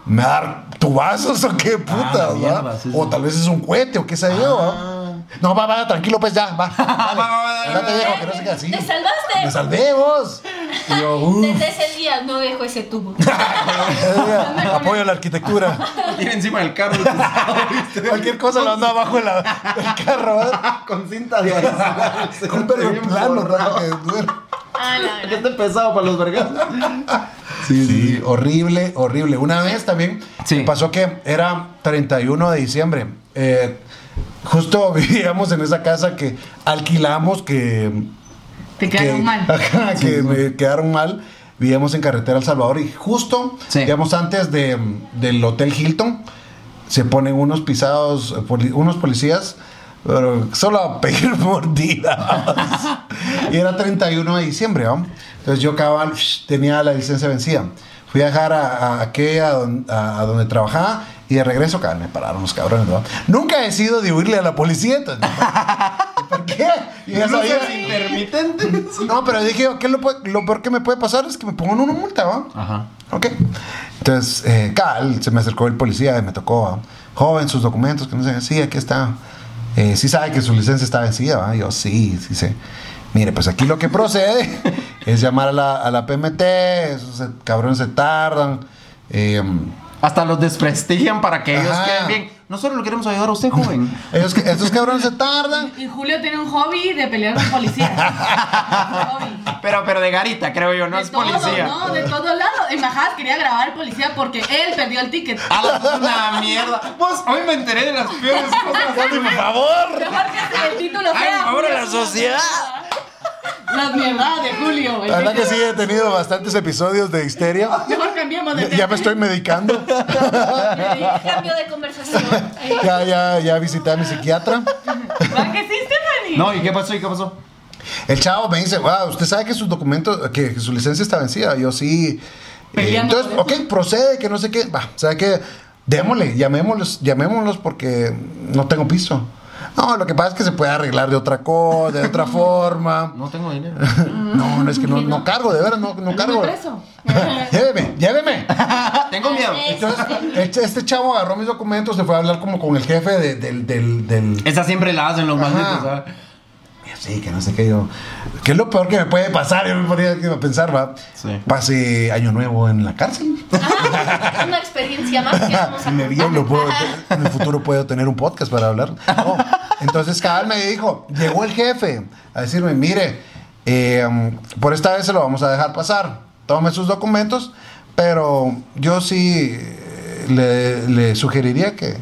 [SPEAKER 4] me va a dar tubazos o qué putas,
[SPEAKER 3] Ah, la mierda,
[SPEAKER 4] ¿va?
[SPEAKER 3] sí, sí. Ah.
[SPEAKER 4] O tal vez es un cohete o qué sé yo, ¿va? No, va, va, tranquilo, pues ya, va.
[SPEAKER 3] Va, va, va, va,
[SPEAKER 4] Ya te
[SPEAKER 3] va.
[SPEAKER 4] dejo, que no sé qué así.
[SPEAKER 1] Te salvaste.
[SPEAKER 4] Me salvé, vos. Y yo, uff.
[SPEAKER 1] Desde ese día no dejo ese tubo.
[SPEAKER 4] Apoyo a la arquitectura.
[SPEAKER 3] Ir encima del carro.
[SPEAKER 4] Cualquier cosa lo ando abajo en la- del carro, ¿va?
[SPEAKER 3] Con cinta de
[SPEAKER 4] Con pelo
[SPEAKER 3] Bien
[SPEAKER 4] plano,
[SPEAKER 3] forrado.
[SPEAKER 4] raro que duele.
[SPEAKER 1] Ah, la
[SPEAKER 3] Que
[SPEAKER 1] verdad.
[SPEAKER 3] esté pesado para los vergas.
[SPEAKER 4] Sí, horrible, horrible. Una vez también
[SPEAKER 3] Sí.
[SPEAKER 4] me pasó que era 31 de diciembre. Eh, justo vivíamos en esa casa que alquilamos, que...
[SPEAKER 5] Te
[SPEAKER 4] que-
[SPEAKER 5] quedaron mal.
[SPEAKER 4] Ajá, que me quedaron mal. Vivíamos en carretera El Salvador y justo,
[SPEAKER 3] Sí.
[SPEAKER 4] digamos, antes de, del Hotel Hilton, se ponen unos pisados, eh, poli- unos policías, pero solo a pedir mordidas. y era 31 de diciembre, ¿no? Entonces yo cabal shh, tenía la licencia vencida. Fui a dejar a, a, aquella don- a- a donde trabajaba y de regreso, cabal, me pararon los cabrones, ¿no? Nunca he sido de huirle a la policía, entonces, ¿por qué? Y ya sabía-
[SPEAKER 3] Luces intermitentes.
[SPEAKER 4] no, pero dije, yo, ¿qué es lo, pu- lo peor que me puede pasar? Es que me pongan una multa, ¿va?
[SPEAKER 3] Ajá.
[SPEAKER 4] Ok. Entonces, eh, cal, se me acercó el policía y me tocó, ¿va? joven, sus documentos, que no sé, sí, aquí está. Eh, sí sabe que su licencia está vencida, ¿va? Yo, sí, sí sé. Mire, pues aquí lo que procede es llamar a la, a la PMT, esos se- cabrones se tardan. em,
[SPEAKER 3] Hasta los desprestigian para que ellos
[SPEAKER 4] Ajá.
[SPEAKER 3] queden bien. Nosotros lo queremos ayudar a usted, joven.
[SPEAKER 4] ellos, estos cabrones se tardan.
[SPEAKER 5] Y Julio tiene un hobby de pelear con policías. Hobby.
[SPEAKER 3] Pero, pero de garita, creo yo, no
[SPEAKER 5] De
[SPEAKER 3] es
[SPEAKER 5] todo,
[SPEAKER 3] policía.
[SPEAKER 5] No, de todos lados. En Majadas quería grabar policía porque él perdió el ticket.
[SPEAKER 3] A la una mierda. Vos, hoy me enteré de las peores cosas.
[SPEAKER 4] Por favor.
[SPEAKER 5] Mejor que el título
[SPEAKER 3] Ay,
[SPEAKER 5] sea.
[SPEAKER 3] ahora
[SPEAKER 5] Julio
[SPEAKER 3] la
[SPEAKER 5] es una
[SPEAKER 3] sociedad.
[SPEAKER 5] mierda. Las mierdas de Julio. el
[SPEAKER 4] La verdad que sí
[SPEAKER 5] título.
[SPEAKER 4] he tenido bastantes episodios de histeria.
[SPEAKER 5] Mejor cambiamos de tema.
[SPEAKER 4] Ya me estoy medicando.
[SPEAKER 1] Cambio de conversación. Eh,
[SPEAKER 4] Ya, ya, ya visité a mi psiquiatra.
[SPEAKER 5] ¿Va que sí, Stephanie?
[SPEAKER 3] No, ¿y qué pasó? ¿Y qué pasó?
[SPEAKER 4] El chavo me dice, wow, usted sabe que sus documentos, que, que su licencia está vencida. Yo sí. Eh,
[SPEAKER 5] Peleando
[SPEAKER 4] entonces,
[SPEAKER 5] con
[SPEAKER 4] ok, procede, que no sé qué. Va, ¿sabe qué? Démosle, llamémoslos, llamémoslos porque no tengo piso. No, lo que pasa es que se puede arreglar de otra cosa, de otra forma.
[SPEAKER 3] No tengo dinero.
[SPEAKER 4] No, no, es que no, no cargo, de veras, no, no cargo.
[SPEAKER 5] Estoy preso.
[SPEAKER 4] Lléveme, lléveme.
[SPEAKER 3] Ah, tengo miedo.
[SPEAKER 4] Entonces, el- este chavo agarró mis documentos, se fue a hablar como con el jefe de- del, del, del,
[SPEAKER 3] Esa siempre la hacen los
[SPEAKER 4] Ajá.
[SPEAKER 3] malditos, ¿sabes?
[SPEAKER 4] Mira, sí, que no sé qué yo. ¿Qué es lo peor que me puede pasar? Yo me ponía a pensar, va.
[SPEAKER 3] Sí.
[SPEAKER 4] Pase año nuevo en la cárcel.
[SPEAKER 1] Ah, es una experiencia más que vamos a
[SPEAKER 4] Si me vio, lo puedo- en el futuro puedo tener un podcast para hablar. No. Entonces, Cabal me dijo, llegó el jefe a decirme, mire, eh, por esta vez se lo vamos a dejar pasar. Tome sus documentos, pero yo sí eh, le, le sugeriría que,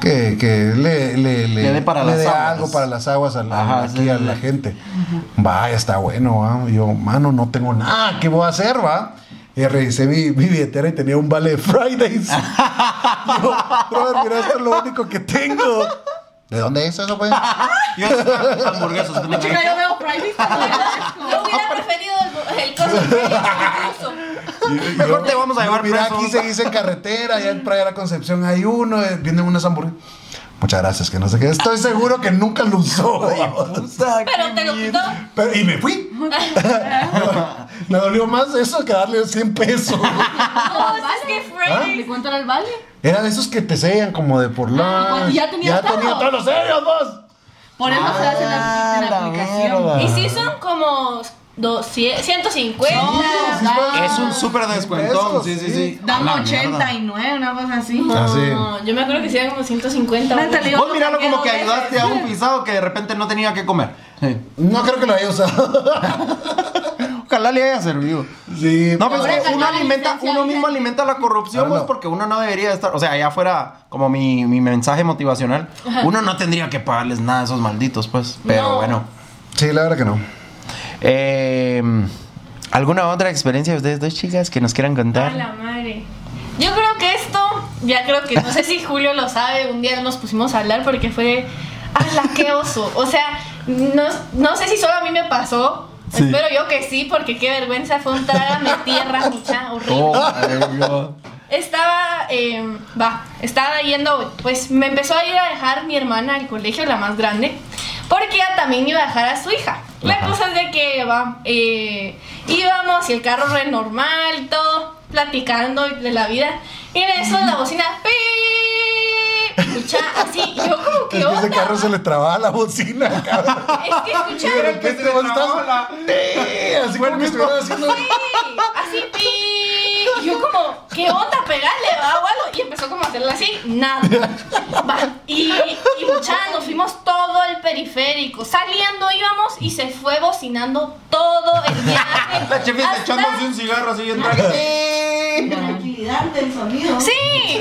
[SPEAKER 4] que, que le, le,
[SPEAKER 3] Le dé para las
[SPEAKER 4] dé
[SPEAKER 3] aguas.
[SPEAKER 4] algo para las aguas a la,
[SPEAKER 3] Ajá,
[SPEAKER 4] aquí
[SPEAKER 3] sí,
[SPEAKER 4] a
[SPEAKER 3] sí,
[SPEAKER 4] la
[SPEAKER 3] sí.
[SPEAKER 4] gente. Vaya, está bueno, ¿va? Y Yo, mano, no tengo nada, ¿qué voy a hacer, va? Y revisé mi, mi billetera y tenía un vale de Fridays. Yo, brother, mira, esto es lo único que tengo. ¿De dónde es
[SPEAKER 3] pues?
[SPEAKER 4] eso, güey?
[SPEAKER 3] Yo hamburguesas. tú me
[SPEAKER 5] Chica,
[SPEAKER 3] quieres.
[SPEAKER 5] yo veo Fridays como
[SPEAKER 1] Yo hubiera preferido el, el coso
[SPEAKER 3] Mejor te vamos a llevar
[SPEAKER 4] Mira,
[SPEAKER 3] preso.
[SPEAKER 4] aquí se dice carretera, allá en Playa de la Concepción hay uno, eh, vienen unas hamburguesas. Muchas gracias, que no sé qué. Estoy seguro que nunca lo usó.
[SPEAKER 3] Puta,
[SPEAKER 1] Pero
[SPEAKER 3] qué
[SPEAKER 1] te lo
[SPEAKER 3] mierda.
[SPEAKER 1] quitó.
[SPEAKER 4] Pero- y me fui. me dolió más eso que darle 100 pesos.
[SPEAKER 1] No, es que
[SPEAKER 4] ¿Ah?
[SPEAKER 5] ¿Y
[SPEAKER 1] Freddy.
[SPEAKER 5] cuánto era el vale?
[SPEAKER 4] Era de esos que te sellan como de por
[SPEAKER 5] Ah,
[SPEAKER 4] la.
[SPEAKER 5] cuando ya tenías todo.
[SPEAKER 4] todos los sellos, vos.
[SPEAKER 5] Por eso se hace en la, en la
[SPEAKER 3] Ah, la
[SPEAKER 5] aplicación.
[SPEAKER 3] mierda.
[SPEAKER 1] Y sí son como 200, 150.
[SPEAKER 3] Es un súper descuentón.
[SPEAKER 4] Pesos,
[SPEAKER 3] Sí, sí,
[SPEAKER 4] sí.
[SPEAKER 3] sí.
[SPEAKER 5] Dan
[SPEAKER 3] A la
[SPEAKER 5] 89, una cosa así.
[SPEAKER 4] Ah, sí.
[SPEAKER 1] No, yo me acuerdo que sí eran como 150.
[SPEAKER 5] Natalia,
[SPEAKER 3] mierda.
[SPEAKER 5] yo
[SPEAKER 3] Vos
[SPEAKER 5] lo
[SPEAKER 3] miralo como que
[SPEAKER 5] cambié dos
[SPEAKER 3] ayudaste a un pisado que de repente no tenía que comer. Sí.
[SPEAKER 4] No creo que lo haya usado.
[SPEAKER 3] Ojalá le haya servido.
[SPEAKER 4] sí.
[SPEAKER 3] No, pues- pero
[SPEAKER 5] Ahora
[SPEAKER 3] es que
[SPEAKER 5] salió
[SPEAKER 3] uno
[SPEAKER 5] la
[SPEAKER 3] alimenta,
[SPEAKER 5] licencia
[SPEAKER 3] uno mismo
[SPEAKER 5] vigente.
[SPEAKER 3] alimenta la corrupción,
[SPEAKER 4] Ahora
[SPEAKER 3] pues
[SPEAKER 4] no.
[SPEAKER 3] porque uno no debería estar, o sea, allá fuera como mi, mi mensaje motivacional, uno no tendría que pagarles nada a esos malditos, pues, pero
[SPEAKER 1] No.
[SPEAKER 3] bueno.
[SPEAKER 4] Sí, la verdad que no.
[SPEAKER 3] Eh, ¿Alguna otra experiencia de ustedes dos chicas que nos quieran
[SPEAKER 1] A
[SPEAKER 3] contar?
[SPEAKER 5] Ah,
[SPEAKER 1] la madre. Yo creo que esto, ya creo que, no sé si Julio lo sabe, un día nos pusimos a hablar porque fue, ¡ala, qué oso! O sea, no, no sé si solo a mí me pasó,
[SPEAKER 3] Sí.
[SPEAKER 1] espero yo que sí, porque qué vergüenza, fue un trágame tierra, mucha, horrible.
[SPEAKER 3] Oh, my God.
[SPEAKER 1] Estaba, eh, va, estaba yendo, pues me empezó a ir a dejar mi hermana al colegio, la más grande, porque ella también iba a dejar a su hija. La
[SPEAKER 3] Ajá.
[SPEAKER 1] cosa es de que va, eh, íbamos y el carro re normal, todo, platicando de la vida. Y en eso la bocina, pi, escucha, así, y yo como que
[SPEAKER 4] Es que ese
[SPEAKER 1] onda.
[SPEAKER 4] carro se le trababa la bocina, cabrón.
[SPEAKER 1] Es que escucha,
[SPEAKER 4] Y de repente
[SPEAKER 3] se le
[SPEAKER 4] vos estás-
[SPEAKER 3] trababa pues la-
[SPEAKER 4] Sí, Así
[SPEAKER 3] Fue
[SPEAKER 4] como
[SPEAKER 3] el
[SPEAKER 4] que
[SPEAKER 3] mismo.
[SPEAKER 4] estuviera haciendo.
[SPEAKER 1] pi, así, pi. Y yo como, ¿qué onda? Pegarle, va, o algo. Y empezó como a hacerle así, nada. Va, Y, y mucha, nos fuimos todo el periférico. Saliendo íbamos y se fue bocinando todo el viaje.
[SPEAKER 3] La chef está
[SPEAKER 1] Hasta-
[SPEAKER 3] echándose un cigarro así entra.
[SPEAKER 6] Tranquilidad del sonido.
[SPEAKER 1] Sí,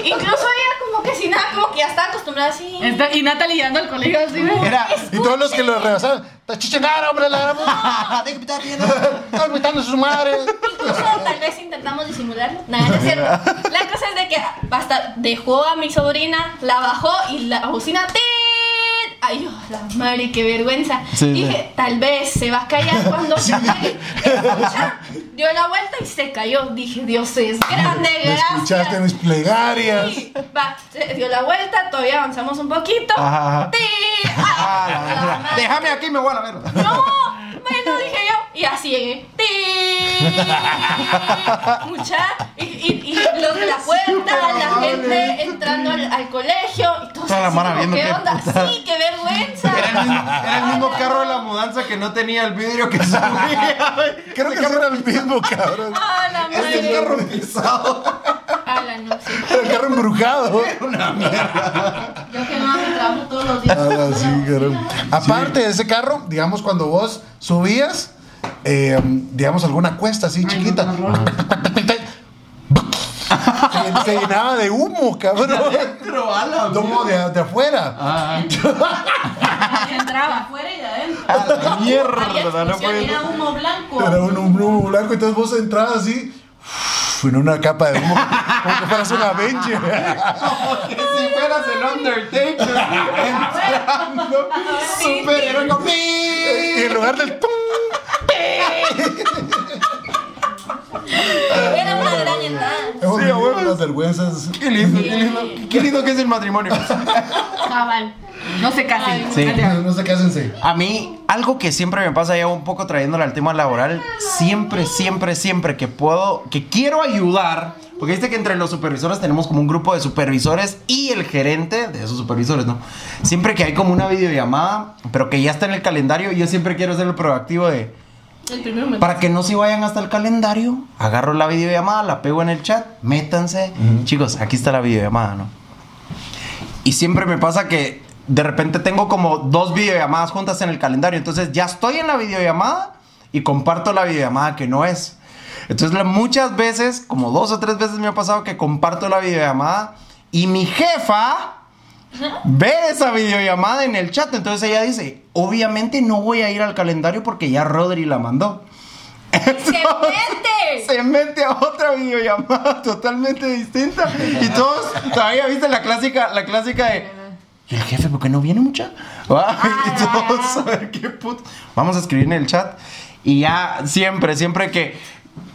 [SPEAKER 1] incluso ella como que sin nada, como que ya está acostumbrada así.
[SPEAKER 5] Esta- Este, y Natalie yendo al colegio así, ¿ves?
[SPEAKER 3] Era.
[SPEAKER 4] Y todos los que lo rebasaban, está chichenara, hombre, la gran puta". Está gritando a su madre.
[SPEAKER 1] Incluso tal vez intentamos disimularlo. Nada, no es cierto. La cosa es de que hasta dejó a mi sobrina, la bajó y la bocina. ¡tin! Ay, oh, la madre, qué vergüenza.
[SPEAKER 3] Sí,
[SPEAKER 1] Dije,
[SPEAKER 3] sí.
[SPEAKER 1] tal vez se va a callar cuando llegue. Escucha, dio la vuelta y se cayó. Dije, Dios es grande,
[SPEAKER 4] Me escuchaste
[SPEAKER 1] gracias.
[SPEAKER 4] mis plegarias.
[SPEAKER 1] Sí, va, se dio la vuelta, todavía avanzamos un poquito.
[SPEAKER 3] Ajá, ajá.
[SPEAKER 1] ¡Tin!
[SPEAKER 3] Ah,
[SPEAKER 1] Ay,
[SPEAKER 3] la
[SPEAKER 1] la
[SPEAKER 3] verga.
[SPEAKER 1] madre.
[SPEAKER 3] Déjame aquí, me voy a la verga.
[SPEAKER 1] No, bueno, dije yo. Y así llegué. ¡Tin! Mucha. Y, y, y los de la puerta, la gente entrando al, al colegio. Y todos
[SPEAKER 3] Toda la
[SPEAKER 1] así
[SPEAKER 3] mara
[SPEAKER 1] como,
[SPEAKER 3] viendo
[SPEAKER 1] ¿Qué
[SPEAKER 3] qué
[SPEAKER 1] onda?
[SPEAKER 3] puta.
[SPEAKER 1] Sí, qué vergüenza.
[SPEAKER 3] Era el, mismo, era el mismo carro de la mudanza que no tenía el vidrio que subía.
[SPEAKER 4] Creo que ese era el mismo, cabrón.
[SPEAKER 1] A Ah, la
[SPEAKER 3] Este Es el carro
[SPEAKER 1] madre.
[SPEAKER 3] pisado.
[SPEAKER 1] A la no sé.
[SPEAKER 4] Era el carro embrujado.
[SPEAKER 6] Yo que no hago trabajo todos los días.
[SPEAKER 4] Ah, sí, cabrón. Aparte de ese carro, digamos, cuando vos subías, eh, digamos, alguna cuesta así chiquita.
[SPEAKER 5] no, no,
[SPEAKER 4] Se- Se llenaba de humo, cabrón.
[SPEAKER 3] Pero a la
[SPEAKER 4] Humo de, de afuera.
[SPEAKER 3] Ah,
[SPEAKER 6] Entraba afuera y de adentro.
[SPEAKER 3] a la mierda, no puede
[SPEAKER 6] Era humo blanco.
[SPEAKER 4] Era un humo blanco, entonces vos entrabas así. uf, En una capa de humo, como que fueras una benche.
[SPEAKER 3] Que si fueras el Undertaker entrando, superhéroe
[SPEAKER 4] Y en
[SPEAKER 3] conmigo.
[SPEAKER 4] lugar del tum,
[SPEAKER 1] Era una gran entrada.
[SPEAKER 4] hemos
[SPEAKER 3] Sí,
[SPEAKER 4] vivido
[SPEAKER 3] abuelos.
[SPEAKER 4] las vergüenzas.
[SPEAKER 3] Qué lindo, qué lindo. Qué lindo que es el matrimonio.
[SPEAKER 5] Cabal. No se casen.
[SPEAKER 3] Sí.
[SPEAKER 4] No sé, cásense.
[SPEAKER 3] A mí, algo que siempre me pasa, ya un poco trayéndolo al tema laboral, siempre, siempre, siempre que puedo, que quiero ayudar, porque viste que entre los supervisores tenemos como un grupo de supervisores y el gerente de esos supervisores, ¿no? Siempre que hay como una videollamada, pero que ya está en el calendario, yo siempre quiero ser el proactivo de,
[SPEAKER 6] El primer momento.
[SPEAKER 3] para que no se vayan hasta el calendario, agarro la videollamada, la pego en el chat, métanse. Chicos, aquí está la videollamada, ¿no? Y siempre me pasa que de repente tengo como dos videollamadas juntas en el calendario. Entonces ya estoy en la videollamada y comparto la videollamada que no es. Entonces la- muchas veces, como dos o tres veces me ha pasado que comparto la videollamada y mi jefa ve esa videollamada en el chat. Entonces ella dice, obviamente no voy a ir al calendario porque ya Rodri la mandó.
[SPEAKER 1] ¡Se mete!
[SPEAKER 3] Se mete a otra videollamada totalmente distinta. Y todos, todavía viste la clásica, la clásica de. ¿Y el jefe por qué no viene mucha? Va, Y todos, a ver qué puto. Vamos a escribir en el chat. Y ya siempre, siempre que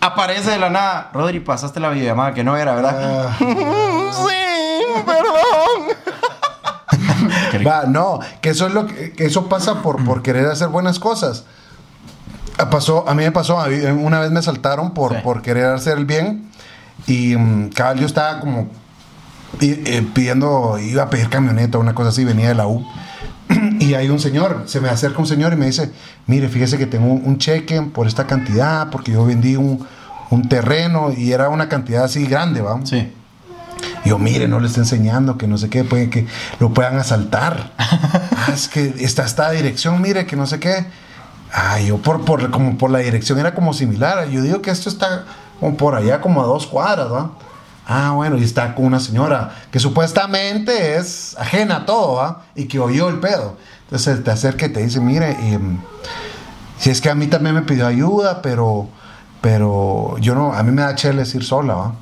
[SPEAKER 3] aparece de la nada, Rodri, pasaste la videollamada que no era, ¿verdad?
[SPEAKER 4] Ah.
[SPEAKER 3] sí, perdón.
[SPEAKER 4] Va, no, que eso es lo que, que eso pasa por, por querer hacer buenas cosas. Ah, Pasó, a mí me pasó, a mí, eh, una vez me saltaron por,
[SPEAKER 3] Sí.
[SPEAKER 4] por querer hacer el bien y mm, cabal, yo estaba como pi- eh, pidiendo, iba a pedir camioneta, una cosa así, venía de la U. Y hay un señor, se me acerca un señor y me dice, mire, fíjese que tengo un, un cheque por esta cantidad, porque yo vendí un, un terreno y era una cantidad así grande, vamos.
[SPEAKER 3] Sí.
[SPEAKER 4] Y yo, mire, no le está enseñando, que no sé qué, puede que lo puedan asaltar. Ah, es que está esta dirección, mire, que no sé qué. Ah, yo por, por, como por la dirección era como similar. Yo digo que esto está como por allá, como a dos cuadras, ¿va? Ah, bueno, y está con una señora que supuestamente es ajena a todo, ¿va? Y que oyó el pedo. Entonces te acerca y te dice, mire, em, si es que a mí también me pidió ayuda, pero, pero yo no, a mí me da chele ir sola, ¿va?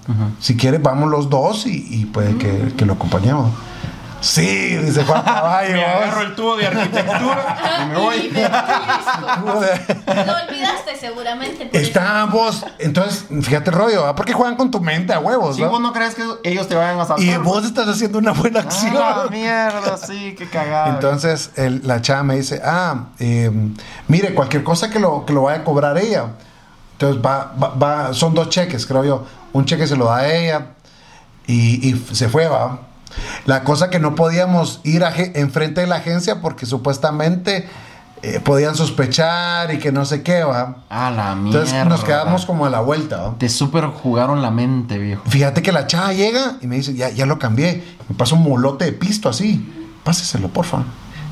[SPEAKER 4] Si quieres, vamos los dos y, y puede
[SPEAKER 3] Mm.
[SPEAKER 4] que, que lo acompañemos. Sí, dice Juan Caballo.
[SPEAKER 3] Me
[SPEAKER 4] ¿va?
[SPEAKER 3] agarro el tubo de arquitectura y me
[SPEAKER 1] Y
[SPEAKER 3] voy.
[SPEAKER 1] me Lo olvidaste seguramente. por eso.
[SPEAKER 4] Estamos, entonces, fíjate el rollo, ¿va? Porque juegan con tu mente a huevos,
[SPEAKER 3] Si
[SPEAKER 4] ¿va?
[SPEAKER 3] vos no crees que ellos te vayan a saltar.
[SPEAKER 4] Y vos estás haciendo una buena acción.
[SPEAKER 3] Ah, mierda, sí, qué cagada.
[SPEAKER 4] Entonces el- la chava me dice, ah, eh, mire, cualquier cosa que lo, que lo vaya a cobrar ella. Entonces va, va- va- son dos cheques, creo yo. Un cheque se lo da a ella y, y se fue, va. La cosa que no podíamos ir a ge- enfrente de la agencia porque supuestamente eh, podían sospechar y que no sé qué, va.
[SPEAKER 3] A la mierda.
[SPEAKER 4] Entonces nos quedamos como a la vuelta, ¿va?
[SPEAKER 3] Te super jugaron la mente, viejo.
[SPEAKER 4] Fíjate que la chava llega y me dice, ya, ya lo cambié. Me pasa un molote de pisto así. Páseselo, porfa.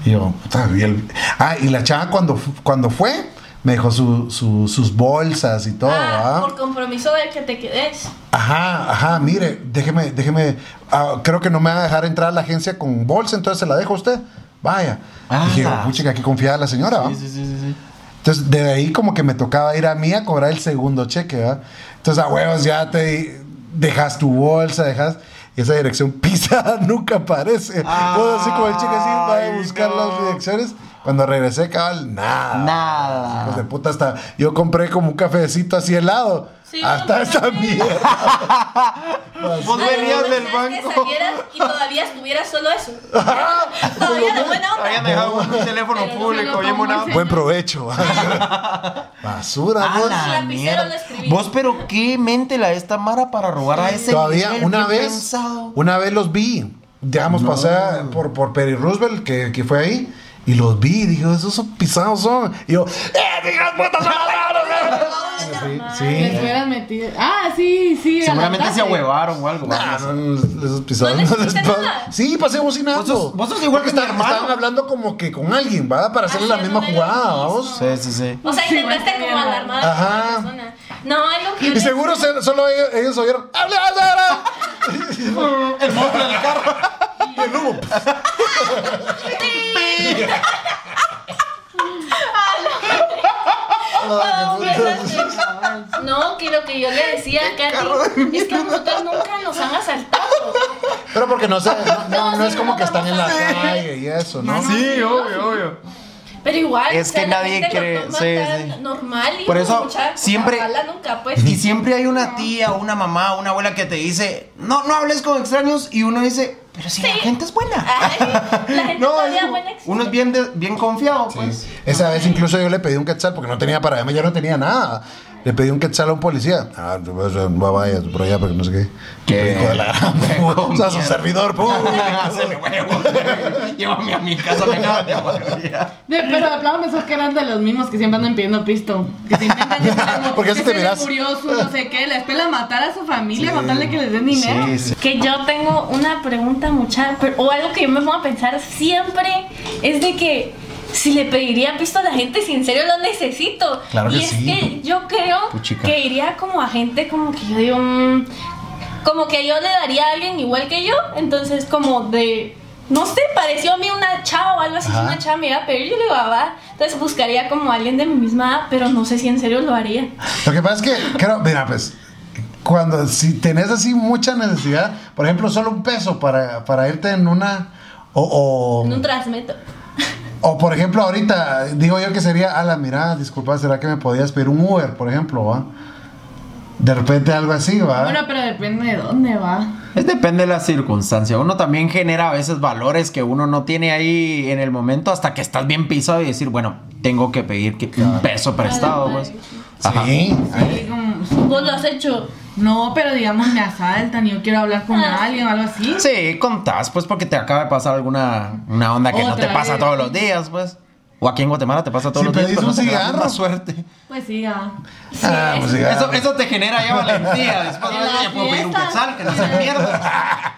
[SPEAKER 4] Y yo, puta, y el- Ah, y la chava cuando, fu- cuando fue, me dejó su- su- sus bolsas y todo,
[SPEAKER 1] Ah,
[SPEAKER 4] ¿ah?
[SPEAKER 1] por compromiso de que te quedes.
[SPEAKER 4] Ajá, ajá, mire, déjeme, déjeme. ah, creo que no me va a dejar entrar a la agencia con bolsa, entonces se la dejo a usted. Vaya.
[SPEAKER 3] Ah.
[SPEAKER 4] Dije, pucha, que aquí confiada la señora, ¿va?
[SPEAKER 3] Sí, sí, sí, sí, sí.
[SPEAKER 4] Entonces, de ahí como que me tocaba ir a mí a cobrar el segundo cheque, ¿verdad? Entonces, a huevos ya te dejas tu bolsa, dejas... Y esa dirección pisada nunca aparece.
[SPEAKER 3] Ay,
[SPEAKER 4] Todo así como el cheque así, va a buscar
[SPEAKER 3] no.
[SPEAKER 4] las direcciones. Cuando regresé, cabal, nada.
[SPEAKER 3] Nada.
[SPEAKER 4] Hijos de puta, hasta yo compré como un cafecito así helado.
[SPEAKER 1] Sí,
[SPEAKER 4] hasta
[SPEAKER 1] no,
[SPEAKER 4] esta
[SPEAKER 1] pero-
[SPEAKER 4] mierda.
[SPEAKER 3] Vos
[SPEAKER 1] Ay,
[SPEAKER 3] venías
[SPEAKER 1] no,
[SPEAKER 3] del
[SPEAKER 1] es Que
[SPEAKER 3] banco.
[SPEAKER 1] salieras y todavía estuvieras solo eso. todavía de buena onda.
[SPEAKER 3] Habían dejado un
[SPEAKER 1] Pero
[SPEAKER 3] teléfono
[SPEAKER 1] se lo
[SPEAKER 3] público, bien
[SPEAKER 5] tomó el
[SPEAKER 3] bonito.
[SPEAKER 5] señor.
[SPEAKER 4] Buen provecho. Basura,
[SPEAKER 3] A
[SPEAKER 4] vos.
[SPEAKER 3] la
[SPEAKER 1] lapicero
[SPEAKER 3] mierda.
[SPEAKER 1] lo escribí.
[SPEAKER 3] Vos, pero qué mente la de esta Mara para robar a ese
[SPEAKER 4] Todavía
[SPEAKER 3] nivel,
[SPEAKER 4] una
[SPEAKER 3] bien
[SPEAKER 4] vez,
[SPEAKER 3] pensado.
[SPEAKER 4] una vez los vi. Digamos, pasé por, por Perry Roosevelt, que, que fue ahí, y los vi, y dije, esos son pisados son. Y yo, ¡eh, hijas putas! son los raros, eh".
[SPEAKER 5] Les
[SPEAKER 4] Sí, sí.
[SPEAKER 5] hubieran metido. Ah, sí, sí.
[SPEAKER 3] Seguramente
[SPEAKER 5] adelantaste.
[SPEAKER 3] se ahuevaron o algo.
[SPEAKER 4] Nah,
[SPEAKER 3] ¿verdad?
[SPEAKER 4] no, esos pisados
[SPEAKER 1] ¿No
[SPEAKER 4] no
[SPEAKER 1] les
[SPEAKER 4] les
[SPEAKER 1] hiciste
[SPEAKER 4] pa-
[SPEAKER 1] nada?
[SPEAKER 4] Sí, pasé bocinando.
[SPEAKER 3] Vos sos- vos sos igual
[SPEAKER 4] Porque
[SPEAKER 3] que mi
[SPEAKER 4] estaban-
[SPEAKER 3] hermano.
[SPEAKER 4] Estaban hablando como que con alguien, ¿va? Para hacerle la misma
[SPEAKER 1] Haciéndole lo
[SPEAKER 4] jugada,
[SPEAKER 1] mismo.
[SPEAKER 4] vamos.
[SPEAKER 3] Sí, sí, sí.
[SPEAKER 1] O sea,
[SPEAKER 5] Sí,
[SPEAKER 1] intentaste
[SPEAKER 5] bueno,
[SPEAKER 1] como alarmar a
[SPEAKER 4] Ajá.
[SPEAKER 1] la persona. No, es lo que. yo
[SPEAKER 4] Y
[SPEAKER 1] les-
[SPEAKER 4] seguro se- solo ellos, ellos oyeron, ¡hable, hable, hable!
[SPEAKER 3] El mofle del carro.
[SPEAKER 1] Oh, No, fíjate. No, que lo que yo le decía a Katy es que a nosotros nunca nos han asaltado.
[SPEAKER 4] Pero porque no sé, no, no-
[SPEAKER 1] No,
[SPEAKER 4] no
[SPEAKER 1] sí,
[SPEAKER 4] es como
[SPEAKER 1] no,
[SPEAKER 4] que están en la
[SPEAKER 1] vamos a-
[SPEAKER 4] calle y eso, ¿no?
[SPEAKER 3] Sí, obvio, obvio.
[SPEAKER 1] Pero igual,
[SPEAKER 3] Es
[SPEAKER 1] o sea,
[SPEAKER 3] que
[SPEAKER 1] la
[SPEAKER 3] nadie
[SPEAKER 1] gente lo
[SPEAKER 3] quiere-
[SPEAKER 1] toma
[SPEAKER 3] sí,
[SPEAKER 1] tan
[SPEAKER 3] sí.
[SPEAKER 1] normal y
[SPEAKER 3] Por eso,
[SPEAKER 1] como, "Chale, pues,
[SPEAKER 3] siempre-
[SPEAKER 1] ojalá nunca, pues.
[SPEAKER 3] Y siempre hay una tía, una mamá, una abuela que te dice, no, no hables con extraños y uno dice, Pero si
[SPEAKER 1] Sí.
[SPEAKER 3] la gente es buena.
[SPEAKER 1] Ay, la gente
[SPEAKER 3] no,
[SPEAKER 1] todavía
[SPEAKER 3] es,
[SPEAKER 1] buena existe.
[SPEAKER 3] uno es bien, de- bien confiado, pues.
[SPEAKER 4] Esa vez incluso yo le pedí un quetzal porque no tenía para mí, yo no tenía nada. Le pedí un quetzal a un policía. Ah, tú vas a- va, vaya por allá, porque no sé qué.
[SPEAKER 3] Qué
[SPEAKER 4] Hijo de la gran puta. O sea, su servidor, pum.
[SPEAKER 3] Llévame a mi casa, me acaban de volver.
[SPEAKER 5] De- pero de plano pensó que eran de los mismos que siempre andan pidiendo pisto. Que se intentan llevar algo,
[SPEAKER 4] Porque así
[SPEAKER 5] que
[SPEAKER 4] te
[SPEAKER 5] se
[SPEAKER 4] miras.
[SPEAKER 5] curioso, no sé qué. La espera matar a su familia
[SPEAKER 4] Sí.
[SPEAKER 5] con tal de que les den dinero.
[SPEAKER 3] Sí, sí.
[SPEAKER 1] Que yo tengo una pregunta mucha, pero- o algo que yo me pongo a pensar siempre, es de que si le pediría pisto a la gente, si en serio lo necesito.
[SPEAKER 4] Claro
[SPEAKER 1] y
[SPEAKER 4] que
[SPEAKER 1] es
[SPEAKER 4] sí.
[SPEAKER 1] que yo creo
[SPEAKER 3] Puchica.
[SPEAKER 1] que iría como a gente como que yo digo, mm, como que yo le daría a alguien igual que yo, entonces como de... No sé, pareció a mí una chava o algo así, si
[SPEAKER 4] Ajá.
[SPEAKER 1] una chava me iba a pedir, yo le iba a dar. Entonces buscaría como a alguien de mi misma edad, pero no sé si en serio lo haría.
[SPEAKER 4] Lo que pasa es que, creo, mira, pues, cuando si tenés así mucha necesidad, por ejemplo, solo un peso para, para irte en una. O, o,
[SPEAKER 1] En un transmeto.
[SPEAKER 4] o, por ejemplo, ahorita digo yo que sería, a la mirada, disculpa, ¿será que me podías pedir un Uber, por ejemplo, va? De repente algo así, va.
[SPEAKER 5] Bueno, pero depende de dónde va.
[SPEAKER 3] Es depende de la circunstancia. Uno también genera a veces valores que uno no tiene ahí en el momento hasta que estás bien pisado y decir, bueno, tengo que pedir que un peso prestado, pues. Ajá.
[SPEAKER 4] Sí, ay,
[SPEAKER 5] Y como,
[SPEAKER 1] Vos lo has hecho.
[SPEAKER 5] no, pero digamos me asaltan y yo quiero hablar con
[SPEAKER 1] Ah.
[SPEAKER 5] alguien o algo así.
[SPEAKER 3] Sí, contás, pues, porque te acaba de pasar alguna una onda que no te
[SPEAKER 5] Otra
[SPEAKER 3] pasa
[SPEAKER 5] vez.
[SPEAKER 3] todos los días, pues. O aquí en Guatemala te pasa todos los
[SPEAKER 4] Si
[SPEAKER 3] días.
[SPEAKER 4] pedís
[SPEAKER 3] pero
[SPEAKER 4] un
[SPEAKER 3] no te da la misma
[SPEAKER 4] cigarro.
[SPEAKER 3] suerte.
[SPEAKER 5] Pues siga.
[SPEAKER 4] ah, pues, ya.
[SPEAKER 3] Eso, eso te genera ya valentía. Después
[SPEAKER 5] En
[SPEAKER 3] de eso
[SPEAKER 5] las
[SPEAKER 3] ya puedo pedir un
[SPEAKER 5] fiestas.
[SPEAKER 3] quetzal, que no sea mierda.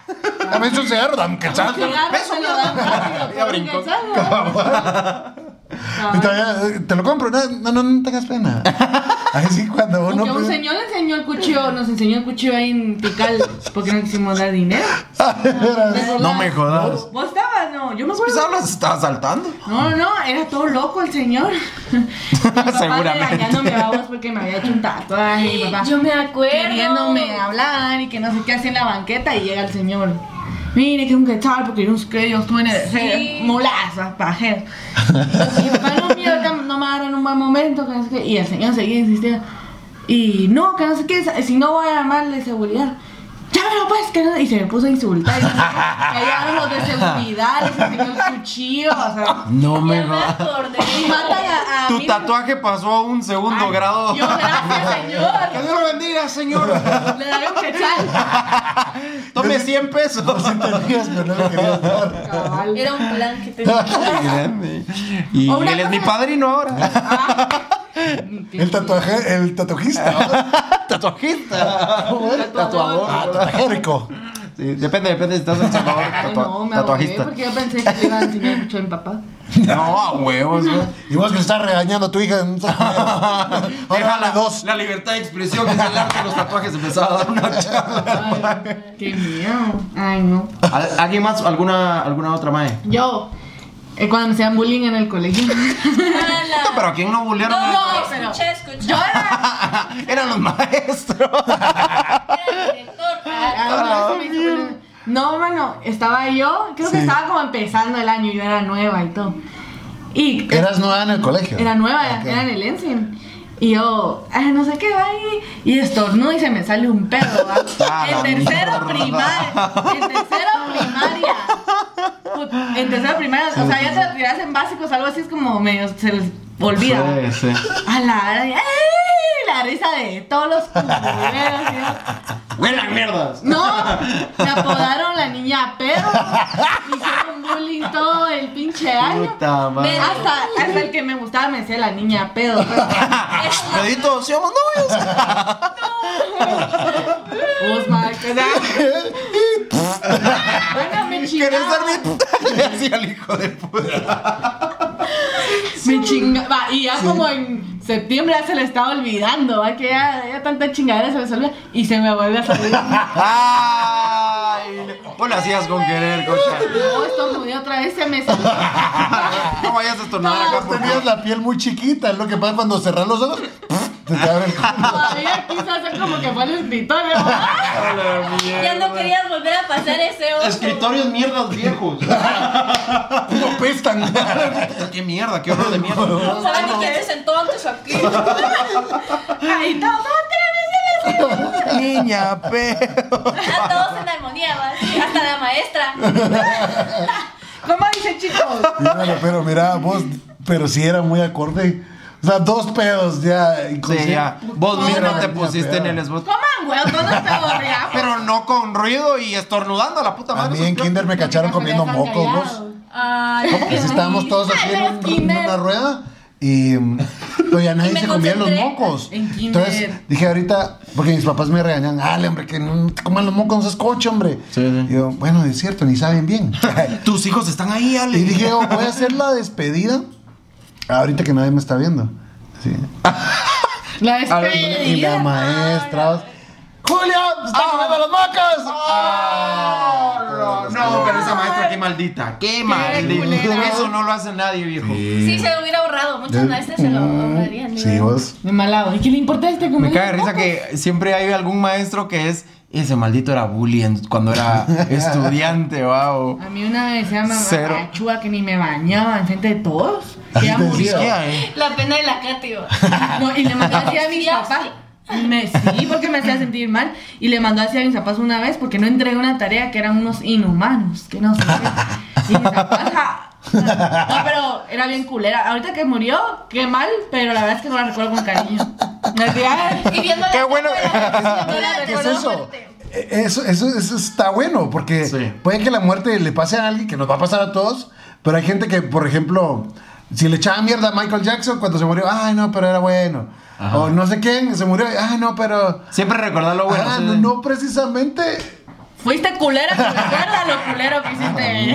[SPEAKER 4] Dame un cigarro, dame un quetzal.
[SPEAKER 5] Cigarro se lo dan rápido,
[SPEAKER 3] Ya
[SPEAKER 5] por un
[SPEAKER 3] brincó.
[SPEAKER 5] quetzal, ¿no?
[SPEAKER 4] Y todavía, eh, te lo compro, no, no, no, no tengas pena. Así cuando uno.
[SPEAKER 5] Porque un señor le enseñó el cuchillo, nos enseñó el cuchillo ahí en Tical porque no quisimos dar dinero.
[SPEAKER 4] Ah,
[SPEAKER 3] No me jodas.
[SPEAKER 5] ¿Vos estabas? No, yo me
[SPEAKER 3] Pues
[SPEAKER 5] acuerdo.
[SPEAKER 3] ahora se estaba saltando.
[SPEAKER 5] No, no, no, era todo loco el señor.
[SPEAKER 3] Seguramente.
[SPEAKER 5] No me vamos porque me había hecho un tatuaje y mi papá.
[SPEAKER 1] Yo me acuerdo.
[SPEAKER 5] queriéndome hablar y que no sé qué hace en la banqueta y llega el señor. Mire, que es un quetzal porque yo no sé qué, yo estuve en el
[SPEAKER 1] Sí.
[SPEAKER 5] ser molaza, pajero. Y papá, no, mira, ahorita no me agarran un buen momento, que no sé qué. Y el señor seguía insistiendo. Y no, que no sé qué, si no voy a llamarle de seguridad. Llámelo pues, que no sé-". Y se me puso a insultar. Y no sé qué. Que allá los de seguridad, les enseñó el cuchillo, o sea.
[SPEAKER 3] No
[SPEAKER 1] Ya
[SPEAKER 3] me
[SPEAKER 1] me
[SPEAKER 3] jodas.
[SPEAKER 1] acordé.
[SPEAKER 5] Y matan a. a
[SPEAKER 3] Tu
[SPEAKER 5] mil-
[SPEAKER 3] tatuaje pasó a un segundo
[SPEAKER 5] Ay,
[SPEAKER 3] grado.
[SPEAKER 5] Yo, gracias,
[SPEAKER 3] Que
[SPEAKER 5] señor.
[SPEAKER 3] Dios lo bendiga, señor.
[SPEAKER 5] Le daré un quetzal.
[SPEAKER 3] Tome 100 pesos.
[SPEAKER 4] Dios, pero no le querías dar.
[SPEAKER 5] Cabal.
[SPEAKER 1] Era un plan que tenía.
[SPEAKER 3] Y
[SPEAKER 5] O una
[SPEAKER 3] él es mi
[SPEAKER 5] cosa-
[SPEAKER 3] padrino ahora.
[SPEAKER 4] El tatuaje, el tatuajista.
[SPEAKER 3] Tatuajista.
[SPEAKER 4] Ah, Tatuajérico.
[SPEAKER 3] Sí, Eh, depende, depende si estás en Salvador.
[SPEAKER 5] Ay,
[SPEAKER 3] tatua-
[SPEAKER 5] no, me ahogué
[SPEAKER 3] tatuajista.
[SPEAKER 5] porque yo pensé que le iba a enseñar mucho a mi papá.
[SPEAKER 3] No, a huevos, güey.
[SPEAKER 4] Y vos que le estás regañando a tu hija. en un tatuaje. Ahora
[SPEAKER 3] Deja
[SPEAKER 4] dale
[SPEAKER 3] la,
[SPEAKER 4] dos.
[SPEAKER 3] la libertad de expresión que es el arte de los tatuajes. Empezaba a dar una charla.
[SPEAKER 5] Qué miedo. Ay, no.
[SPEAKER 3] ¿Al- ¿Alguien más? ¿Alguna, alguna otra mae?
[SPEAKER 5] Yo, eh, cuando me hacían bullying en el colegio.
[SPEAKER 1] Ala.
[SPEAKER 3] No, pero ¿a quién no bullearon?
[SPEAKER 1] No,
[SPEAKER 5] No,
[SPEAKER 1] no,
[SPEAKER 5] pero-
[SPEAKER 1] escuché, escuché.
[SPEAKER 5] Yo era.
[SPEAKER 3] Eran los maestros.
[SPEAKER 1] Era el director. Ah,
[SPEAKER 5] Ah, no, sí me hizo bullying. No, hermano, estaba yo, creo que
[SPEAKER 4] Sí.
[SPEAKER 5] estaba como empezando el año, yo era nueva y todo. Y
[SPEAKER 4] Eras nueva en el colegio.
[SPEAKER 5] Eh, Era nueva,
[SPEAKER 4] Ok.
[SPEAKER 5] era en el Ensign. Y yo, ay, no sé qué va ahí. Y estornudo y se me sale un pedo, va.
[SPEAKER 3] Ah, la
[SPEAKER 5] En tercero
[SPEAKER 3] mierda.
[SPEAKER 5] primaria. En tercero primaria. Put- En tercero primaria. O sea, ya te tiras en básicos, algo así es como medio se les olvida. ¿va?
[SPEAKER 3] Sí, sí.
[SPEAKER 5] A la hora de- ¡ay! La risa de todos los culeros, ¿sí?
[SPEAKER 3] ¡Huelan mierdas!
[SPEAKER 5] No, me apodaron la niña pedo. Me Hicieron bullying todo el pinche año.
[SPEAKER 3] Puta madre.
[SPEAKER 5] Hasta, hasta el que me gustaba me decía la niña pedo.
[SPEAKER 3] Pedito, seamos novios.
[SPEAKER 5] Vos, maricona. Bueno, me
[SPEAKER 3] ¿Querés
[SPEAKER 5] chingaba.
[SPEAKER 3] ser mi.? Le hacía al hijo de puta.
[SPEAKER 5] Me chinga- va, Y ya como en septiembre ya se le estaba olvidando, va, que ya, ya tanta chingadera se me olvida y se me vuelve a salir. Oh,
[SPEAKER 3] ¡Ay! Vos lo hacías con querer, cocha.
[SPEAKER 5] No, estornudé otra vez, se me salió.
[SPEAKER 3] No vayas a estornudar acá por
[SPEAKER 4] Tenías la piel muy chiquita. Es lo que pasa cuando cerras los ojos. Te, te abre el culo.
[SPEAKER 5] Todavía quise hacer como que fue el escritorio. ¿va?
[SPEAKER 1] Ya no querías volver a pasar ese oso.
[SPEAKER 3] Escritorios mierdas viejos.
[SPEAKER 4] No pestan.
[SPEAKER 3] ¡Qué mierda! ¡Qué horror de mierda!
[SPEAKER 1] No saben ni quién es entonces aquí.
[SPEAKER 5] Ahí todo, todo,
[SPEAKER 3] niña, pero.
[SPEAKER 1] A todos en armonía, ¿va? hasta la maestra.
[SPEAKER 5] ¿Cómo dice, chicos?
[SPEAKER 4] Mira, pero mira, vos, pero sí era muy acorde. O sea, dos pedos ya.
[SPEAKER 3] Sí,
[SPEAKER 4] inclusive.
[SPEAKER 3] ya. Vos mismo te pusiste en el esbozo.
[SPEAKER 5] Coman, weón, todo está borreado.
[SPEAKER 3] Pero no con ruido y estornudando a la puta
[SPEAKER 4] A
[SPEAKER 3] madre.
[SPEAKER 4] mí en
[SPEAKER 3] esos-
[SPEAKER 4] Kinder me cacharon comiendo mocos. vos.
[SPEAKER 1] Ay,
[SPEAKER 4] ¿Cómo que si estábamos todos
[SPEAKER 5] Ay,
[SPEAKER 4] aquí en,
[SPEAKER 5] pero
[SPEAKER 4] un-
[SPEAKER 5] Kinder.
[SPEAKER 4] en una rueda? Y mm, pero ya nadie
[SPEAKER 1] me
[SPEAKER 4] se comía los
[SPEAKER 1] concentré
[SPEAKER 4] mocos.
[SPEAKER 5] en Kinder.
[SPEAKER 4] Entonces dije ahorita, porque mis papás me regañan, dale hombre, que no te coman los mocos, no seas coche, hombre.
[SPEAKER 3] Sí, sí.
[SPEAKER 4] Y yo, bueno, es cierto, ni saben bien.
[SPEAKER 3] Tus hijos están ahí, Ale.
[SPEAKER 4] y dije, "Oh, voy a hacer la despedida ahorita que nadie me está viendo. Sí.
[SPEAKER 5] La
[SPEAKER 3] A ver,
[SPEAKER 4] Y la maestra. ¡Julia! ¡Están comiendo los mocos!
[SPEAKER 3] Ah, No, pero esa maestra, qué maldita. Qué maldita.
[SPEAKER 5] culera.
[SPEAKER 3] Eso no lo hace nadie, viejo.
[SPEAKER 1] Sí, se lo hubiera ahorrado. Muchas maestras se lo ahorrarían.
[SPEAKER 4] Mm, Sí,
[SPEAKER 1] ¿no?
[SPEAKER 4] vos.
[SPEAKER 5] De mal lado. ¿Y qué le importa a este comer?
[SPEAKER 3] Me cae de risa que siempre hay algún maestro que es. Ese maldito era bully en- cuando era estudiante, wow.
[SPEAKER 5] A mí una vez se llama
[SPEAKER 3] Cero.
[SPEAKER 5] mamá achúa que ni me bañaba enfrente de todos. Que ya
[SPEAKER 4] Así te
[SPEAKER 5] murió.
[SPEAKER 4] decía.
[SPEAKER 3] eh,
[SPEAKER 1] La pena de la Katy, ¿va?
[SPEAKER 5] No, y le mandó así a mis
[SPEAKER 1] Sí,
[SPEAKER 5] papás. Me, sí, porque me hacía sentir mal. Y le mandó así a mis papás una vez porque no entregué una tarea que eran unos inhumanos. Que no sé qué. Y mis papás, ja. No, pero era bien culera. Ahorita que murió, qué mal, pero la verdad es que no la recuerdo con cariño. La que, ay,
[SPEAKER 1] Y viendo la
[SPEAKER 3] Qué bueno.
[SPEAKER 1] cámara,
[SPEAKER 5] ¿Qué
[SPEAKER 1] la
[SPEAKER 4] ¿Qué es
[SPEAKER 1] recuerdo
[SPEAKER 4] eso?
[SPEAKER 1] fuerte.
[SPEAKER 4] Eh, Eso, eso, eso está bueno, porque
[SPEAKER 3] Sí.
[SPEAKER 4] puede que la muerte le pase a alguien, que nos va a pasar a todos, pero hay gente que, por ejemplo, si le echaba mierda a Michael Jackson cuando se murió, ay no, pero era bueno.
[SPEAKER 3] Ajá.
[SPEAKER 4] O no sé quién, se murió, ay no, pero...
[SPEAKER 3] Siempre recordar lo bueno.
[SPEAKER 4] ah,
[SPEAKER 3] sí.
[SPEAKER 4] no, no precisamente...
[SPEAKER 5] fuiste culera, pero recuerda lo culero que
[SPEAKER 3] Ah, Eh.
[SPEAKER 5] hiciste.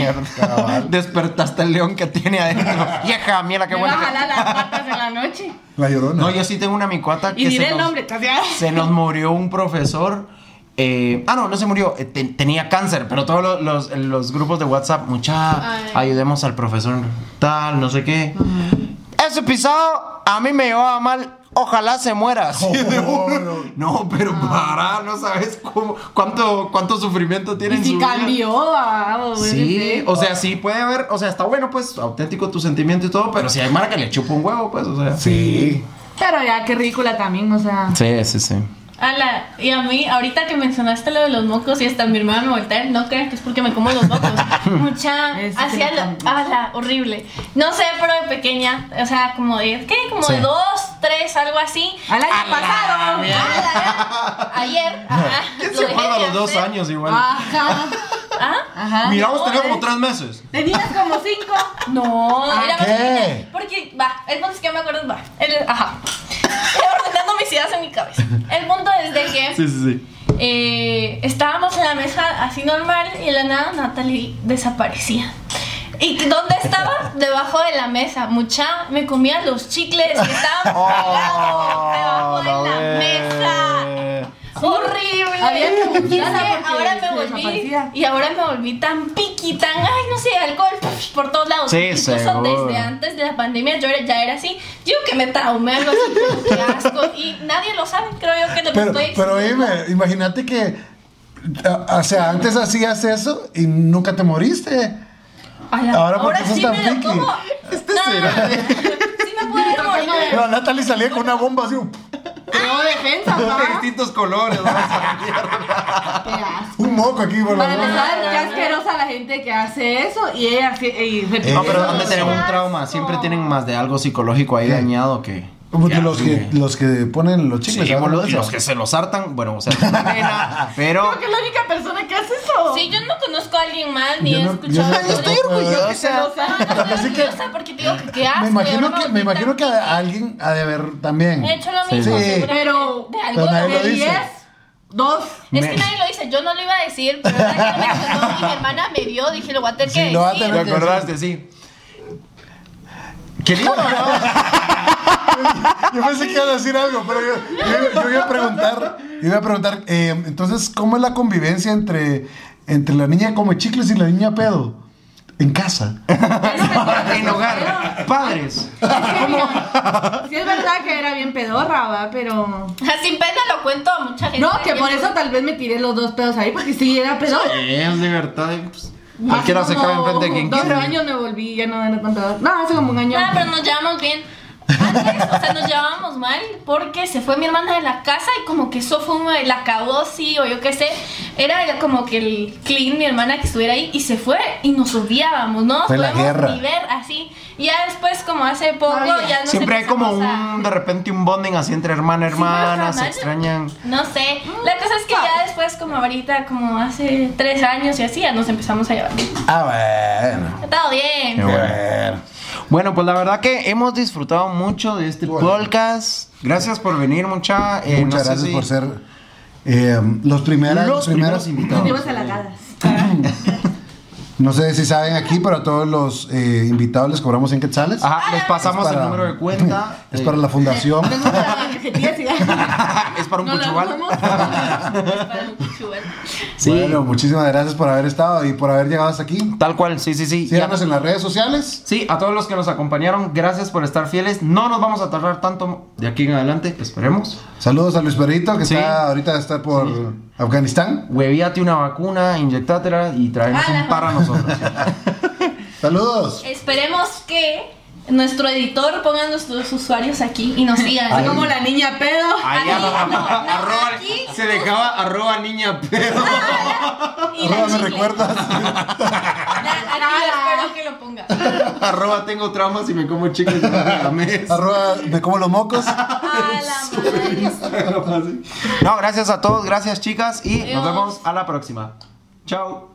[SPEAKER 4] Mierda, cabal.
[SPEAKER 3] Despertaste el león que tiene adentro. Vieja, mira qué
[SPEAKER 5] Me va a
[SPEAKER 3] bueno.
[SPEAKER 5] jalar las patas en la noche.
[SPEAKER 4] La llorona.
[SPEAKER 3] No, yo sí tengo una micuata que
[SPEAKER 5] Y diré
[SPEAKER 3] se
[SPEAKER 5] el
[SPEAKER 3] nos,
[SPEAKER 5] nombre. casi, ay.
[SPEAKER 3] se nos murió un profesor. eh, ah, no, no se murió. eh, te- tenía cáncer, pero todos lo- los, los grupos de WhatsApp, mucha,
[SPEAKER 1] Ay.
[SPEAKER 3] ayudemos al profesor, tal, no sé qué. Ese pisado a mí me llevaba mal. Ojalá se muera. Sí, de uno. no, pero para, no sabes cómo, cuánto, cuánto sufrimiento tiene
[SPEAKER 5] Y
[SPEAKER 3] en su
[SPEAKER 5] si
[SPEAKER 3] vida.
[SPEAKER 5] cambió ah, a. a-
[SPEAKER 3] Sí, o sea, sí puede haber, o sea, está bueno, pues, auténtico tu sentimiento y todo, pero si hay marca le chupa un huevo, pues, o sea.
[SPEAKER 4] Sí.
[SPEAKER 5] Pero ya, qué ridícula también, o sea.
[SPEAKER 3] Sí, sí, sí.
[SPEAKER 1] Ala, y a mí, ahorita que mencionaste lo de los mocos y hasta mi hermana me voltea, no crean que es porque me como los mocos. Mucha,
[SPEAKER 5] Eso que
[SPEAKER 1] hacía
[SPEAKER 5] no
[SPEAKER 1] lo,
[SPEAKER 5] cambia.
[SPEAKER 1] ala, horrible. No sé, pero de pequeña, o sea, como de, ¿qué? Como
[SPEAKER 3] Sí.
[SPEAKER 1] de dos, tres, algo así.
[SPEAKER 5] Al año pasado.
[SPEAKER 1] Ala, ayer, ajá,
[SPEAKER 3] ¿Quién
[SPEAKER 1] lo
[SPEAKER 3] se
[SPEAKER 1] dejé
[SPEAKER 3] acuerda a
[SPEAKER 1] de
[SPEAKER 3] los dos
[SPEAKER 1] hacer.
[SPEAKER 3] años igual?
[SPEAKER 5] Ajá.
[SPEAKER 1] ¿Ah?
[SPEAKER 5] Ajá.
[SPEAKER 3] Mira, vos tenés como tres meses.
[SPEAKER 5] Tenías como cinco.
[SPEAKER 1] No,
[SPEAKER 5] Ah,
[SPEAKER 1] era más
[SPEAKER 4] ¿qué?
[SPEAKER 1] pequeña, Porque, va, el punto es que yo me acuerdo, va. el- ajá. Ordenando mis ideas en mi cabeza. El punto es de que.
[SPEAKER 3] sí, sí.
[SPEAKER 1] eh, estábamos en la mesa así normal y de la nada Natalie desaparecía. ¿Y que- dónde estaba? Debajo de la mesa. Mucha, me comía los chicles que estaban pegados debajo de la mesa. Horrible.
[SPEAKER 5] Había que
[SPEAKER 1] Y es que
[SPEAKER 5] buscarla porque
[SPEAKER 1] ahora me
[SPEAKER 5] se
[SPEAKER 1] volví
[SPEAKER 5] desaparecía.
[SPEAKER 1] y ahora me volví tan piqui, tan ay no sé, alcohol por todos lados.
[SPEAKER 3] Sí,
[SPEAKER 1] Incluso
[SPEAKER 3] seguro.
[SPEAKER 1] desde antes de la pandemia yo era- ya era así. Yo que me traumé, algo así, como que asco. Y nadie lo sabe, creo yo que lo que
[SPEAKER 4] Pero,
[SPEAKER 1] estoy
[SPEAKER 4] pero
[SPEAKER 1] exhibiendo.
[SPEAKER 4] dime, imagínate que... a- O sea, antes hacías eso y nunca te moriste.
[SPEAKER 1] A la-
[SPEAKER 4] Ahora,
[SPEAKER 1] Ahora,
[SPEAKER 4] ¿por qué sos
[SPEAKER 1] sí
[SPEAKER 4] tan
[SPEAKER 1] me lo
[SPEAKER 4] picky?
[SPEAKER 1] como.
[SPEAKER 5] Este
[SPEAKER 1] no, no, no, no. Sí me puedo ir a morir.
[SPEAKER 4] Pero a Natalie salía con una bomba así, un-
[SPEAKER 5] Pero defensa,
[SPEAKER 1] Ah.
[SPEAKER 5] papá.
[SPEAKER 3] distintos colores.
[SPEAKER 4] un moco aquí por la
[SPEAKER 5] Para
[SPEAKER 4] boca.
[SPEAKER 5] empezar, qué asquerosa la gente que hace eso y ella así. y repite.
[SPEAKER 3] Eh, No, pero han de tener
[SPEAKER 1] Qué
[SPEAKER 3] un
[SPEAKER 1] asco.
[SPEAKER 3] trauma. Siempre tienen más de algo psicológico ahí dañado que.
[SPEAKER 4] Porque
[SPEAKER 3] que
[SPEAKER 4] los,
[SPEAKER 3] así,
[SPEAKER 4] que, los que ponen los
[SPEAKER 3] Sí,
[SPEAKER 4] chicles. ¿sabes?
[SPEAKER 3] boludo, y los que se los hartan, bueno, o sea, es una pena, pero.
[SPEAKER 5] Creo que es la única persona que hace eso.
[SPEAKER 1] Sí, yo no conozco a alguien mal ni
[SPEAKER 4] Yo
[SPEAKER 1] he
[SPEAKER 4] no- yo
[SPEAKER 1] escuchado.
[SPEAKER 4] no-
[SPEAKER 1] a nadie.
[SPEAKER 4] estoy orgulloso,
[SPEAKER 3] o sea,
[SPEAKER 5] O sea,
[SPEAKER 1] No, no,
[SPEAKER 4] Así
[SPEAKER 1] estoy
[SPEAKER 4] que-
[SPEAKER 1] orgullosa porque te digo que qué asco.
[SPEAKER 4] Me
[SPEAKER 1] yo
[SPEAKER 4] imagino
[SPEAKER 1] no
[SPEAKER 4] que, me
[SPEAKER 1] volví
[SPEAKER 4] imagino
[SPEAKER 1] tan
[SPEAKER 4] que a alguien ha de haber también.
[SPEAKER 1] picky. He hecho lo
[SPEAKER 3] Sí.
[SPEAKER 1] mismo.
[SPEAKER 4] Sí.
[SPEAKER 1] seguramente,
[SPEAKER 5] Pero-
[SPEAKER 1] de algo
[SPEAKER 4] Pero nadie
[SPEAKER 1] de-
[SPEAKER 4] lo dice.
[SPEAKER 5] diez, dos.
[SPEAKER 1] Es
[SPEAKER 3] Me-
[SPEAKER 1] que nadie lo dice, yo no lo iba a decir, pero la verdad que me sonó y mi hermana me vio, dije, lo voy a tener
[SPEAKER 4] Sí,
[SPEAKER 1] que
[SPEAKER 4] lo va a
[SPEAKER 1] decir.
[SPEAKER 4] tener-
[SPEAKER 3] ¿Te acordaste? Sí. Qué lindo, ¿no?
[SPEAKER 4] Yo pensé que iba a decir algo, pero yo, yo- yo iba a preguntar. yo iba a preguntar, eh, entonces, ¿cómo es la convivencia entre, entre la niña come chicles y la niña pedo? En casa.
[SPEAKER 3] En hogar, padres.
[SPEAKER 5] Ah, Sí, es verdad que era bien pedorra, va, pero.
[SPEAKER 1] Ah, Sin pena lo cuento a mucha gente.
[SPEAKER 5] No, que por eso tal vez me tiré los dos pedos ahí, porque sí era pedorra.
[SPEAKER 3] Es libertad. y, pues, cualquiera se cae enfrente de quien
[SPEAKER 5] dos
[SPEAKER 3] quiera.
[SPEAKER 5] años me volví, ya no era tan pedorra. No, hace como un año.
[SPEAKER 1] Nada, pero nos llevamos bien. Antes, o sea, nos llevábamos mal porque se fue mi hermana de la casa y como que eso fue uno de la sí o yo qué sé. Era el- como que el clean, mi hermana que estuviera ahí y se fue y nos odiábamos, ¿no? Nos
[SPEAKER 4] Fue la
[SPEAKER 1] podíamos
[SPEAKER 4] guerra.
[SPEAKER 1] ni ver así. Ya después, como hace poco,
[SPEAKER 5] Ay,
[SPEAKER 1] ya no
[SPEAKER 3] Siempre hay como un, de repente, un bonding así entre hermana, hermana, se
[SPEAKER 1] hermana.
[SPEAKER 3] extrañan.
[SPEAKER 1] No sé, la cosa es que ya después, como ahorita, como hace tres años y así, ya nos empezamos a llevar.
[SPEAKER 3] Ah, bueno.
[SPEAKER 1] Está bien.
[SPEAKER 3] Qué bueno. Bueno, pues la verdad que hemos disfrutado mucho de este
[SPEAKER 4] Bueno.
[SPEAKER 3] podcast. Gracias por venir, mucha. Eh, no
[SPEAKER 4] Muchas
[SPEAKER 3] sé
[SPEAKER 4] gracias
[SPEAKER 3] si-
[SPEAKER 4] por ser eh, los, primeras,
[SPEAKER 3] los primeros
[SPEAKER 5] Venimos
[SPEAKER 3] invitados.
[SPEAKER 5] halagadas.
[SPEAKER 4] No sé si saben aquí, pero a todos los eh, invitados les cobramos 100 quetzales.
[SPEAKER 3] Ajá, les pasamos
[SPEAKER 4] Es para-
[SPEAKER 3] el número de cuenta.
[SPEAKER 4] Es para la fundación.
[SPEAKER 3] es para un
[SPEAKER 5] No la
[SPEAKER 3] cuchubal.
[SPEAKER 5] vamos.
[SPEAKER 1] pues,
[SPEAKER 3] Sí.
[SPEAKER 4] Bueno, muchísimas gracias por haber estado y por haber llegado hasta aquí.
[SPEAKER 3] Tal cual, sí, sí, sí. Y a-
[SPEAKER 4] Síganos en las redes sociales.
[SPEAKER 3] Sí, a todos los que nos acompañaron, gracias por estar fieles. No nos vamos a tardar tanto de aquí en adelante, esperemos.
[SPEAKER 4] Saludos a Luis Perrito, que
[SPEAKER 3] Sí.
[SPEAKER 4] está ahorita está por Afganistán.
[SPEAKER 3] Huevíate una vacuna, inyectátela y traemos
[SPEAKER 1] Ah,
[SPEAKER 3] un
[SPEAKER 1] la-
[SPEAKER 3] par a nosotros.
[SPEAKER 4] Saludos.
[SPEAKER 1] Esperemos que nuestro editor ponga nuestros usuarios aquí y nos sigan.
[SPEAKER 5] Así como la niña pedo.
[SPEAKER 1] Ahí, no, no,
[SPEAKER 3] Arroba-
[SPEAKER 1] aquí.
[SPEAKER 3] se dejaba arroba niña pedo.
[SPEAKER 1] Y la
[SPEAKER 4] Ahora me
[SPEAKER 1] chicle.
[SPEAKER 4] recuerdas.
[SPEAKER 1] La- aquí espero que lo ponga.
[SPEAKER 3] arroba tengo traumas y me como chicles de la mesa.
[SPEAKER 4] Arroba, me como los mocos.
[SPEAKER 1] A la madre.
[SPEAKER 3] No, gracias a todos, gracias chicas y nos
[SPEAKER 1] Adiós.
[SPEAKER 3] vemos a la próxima. Chao.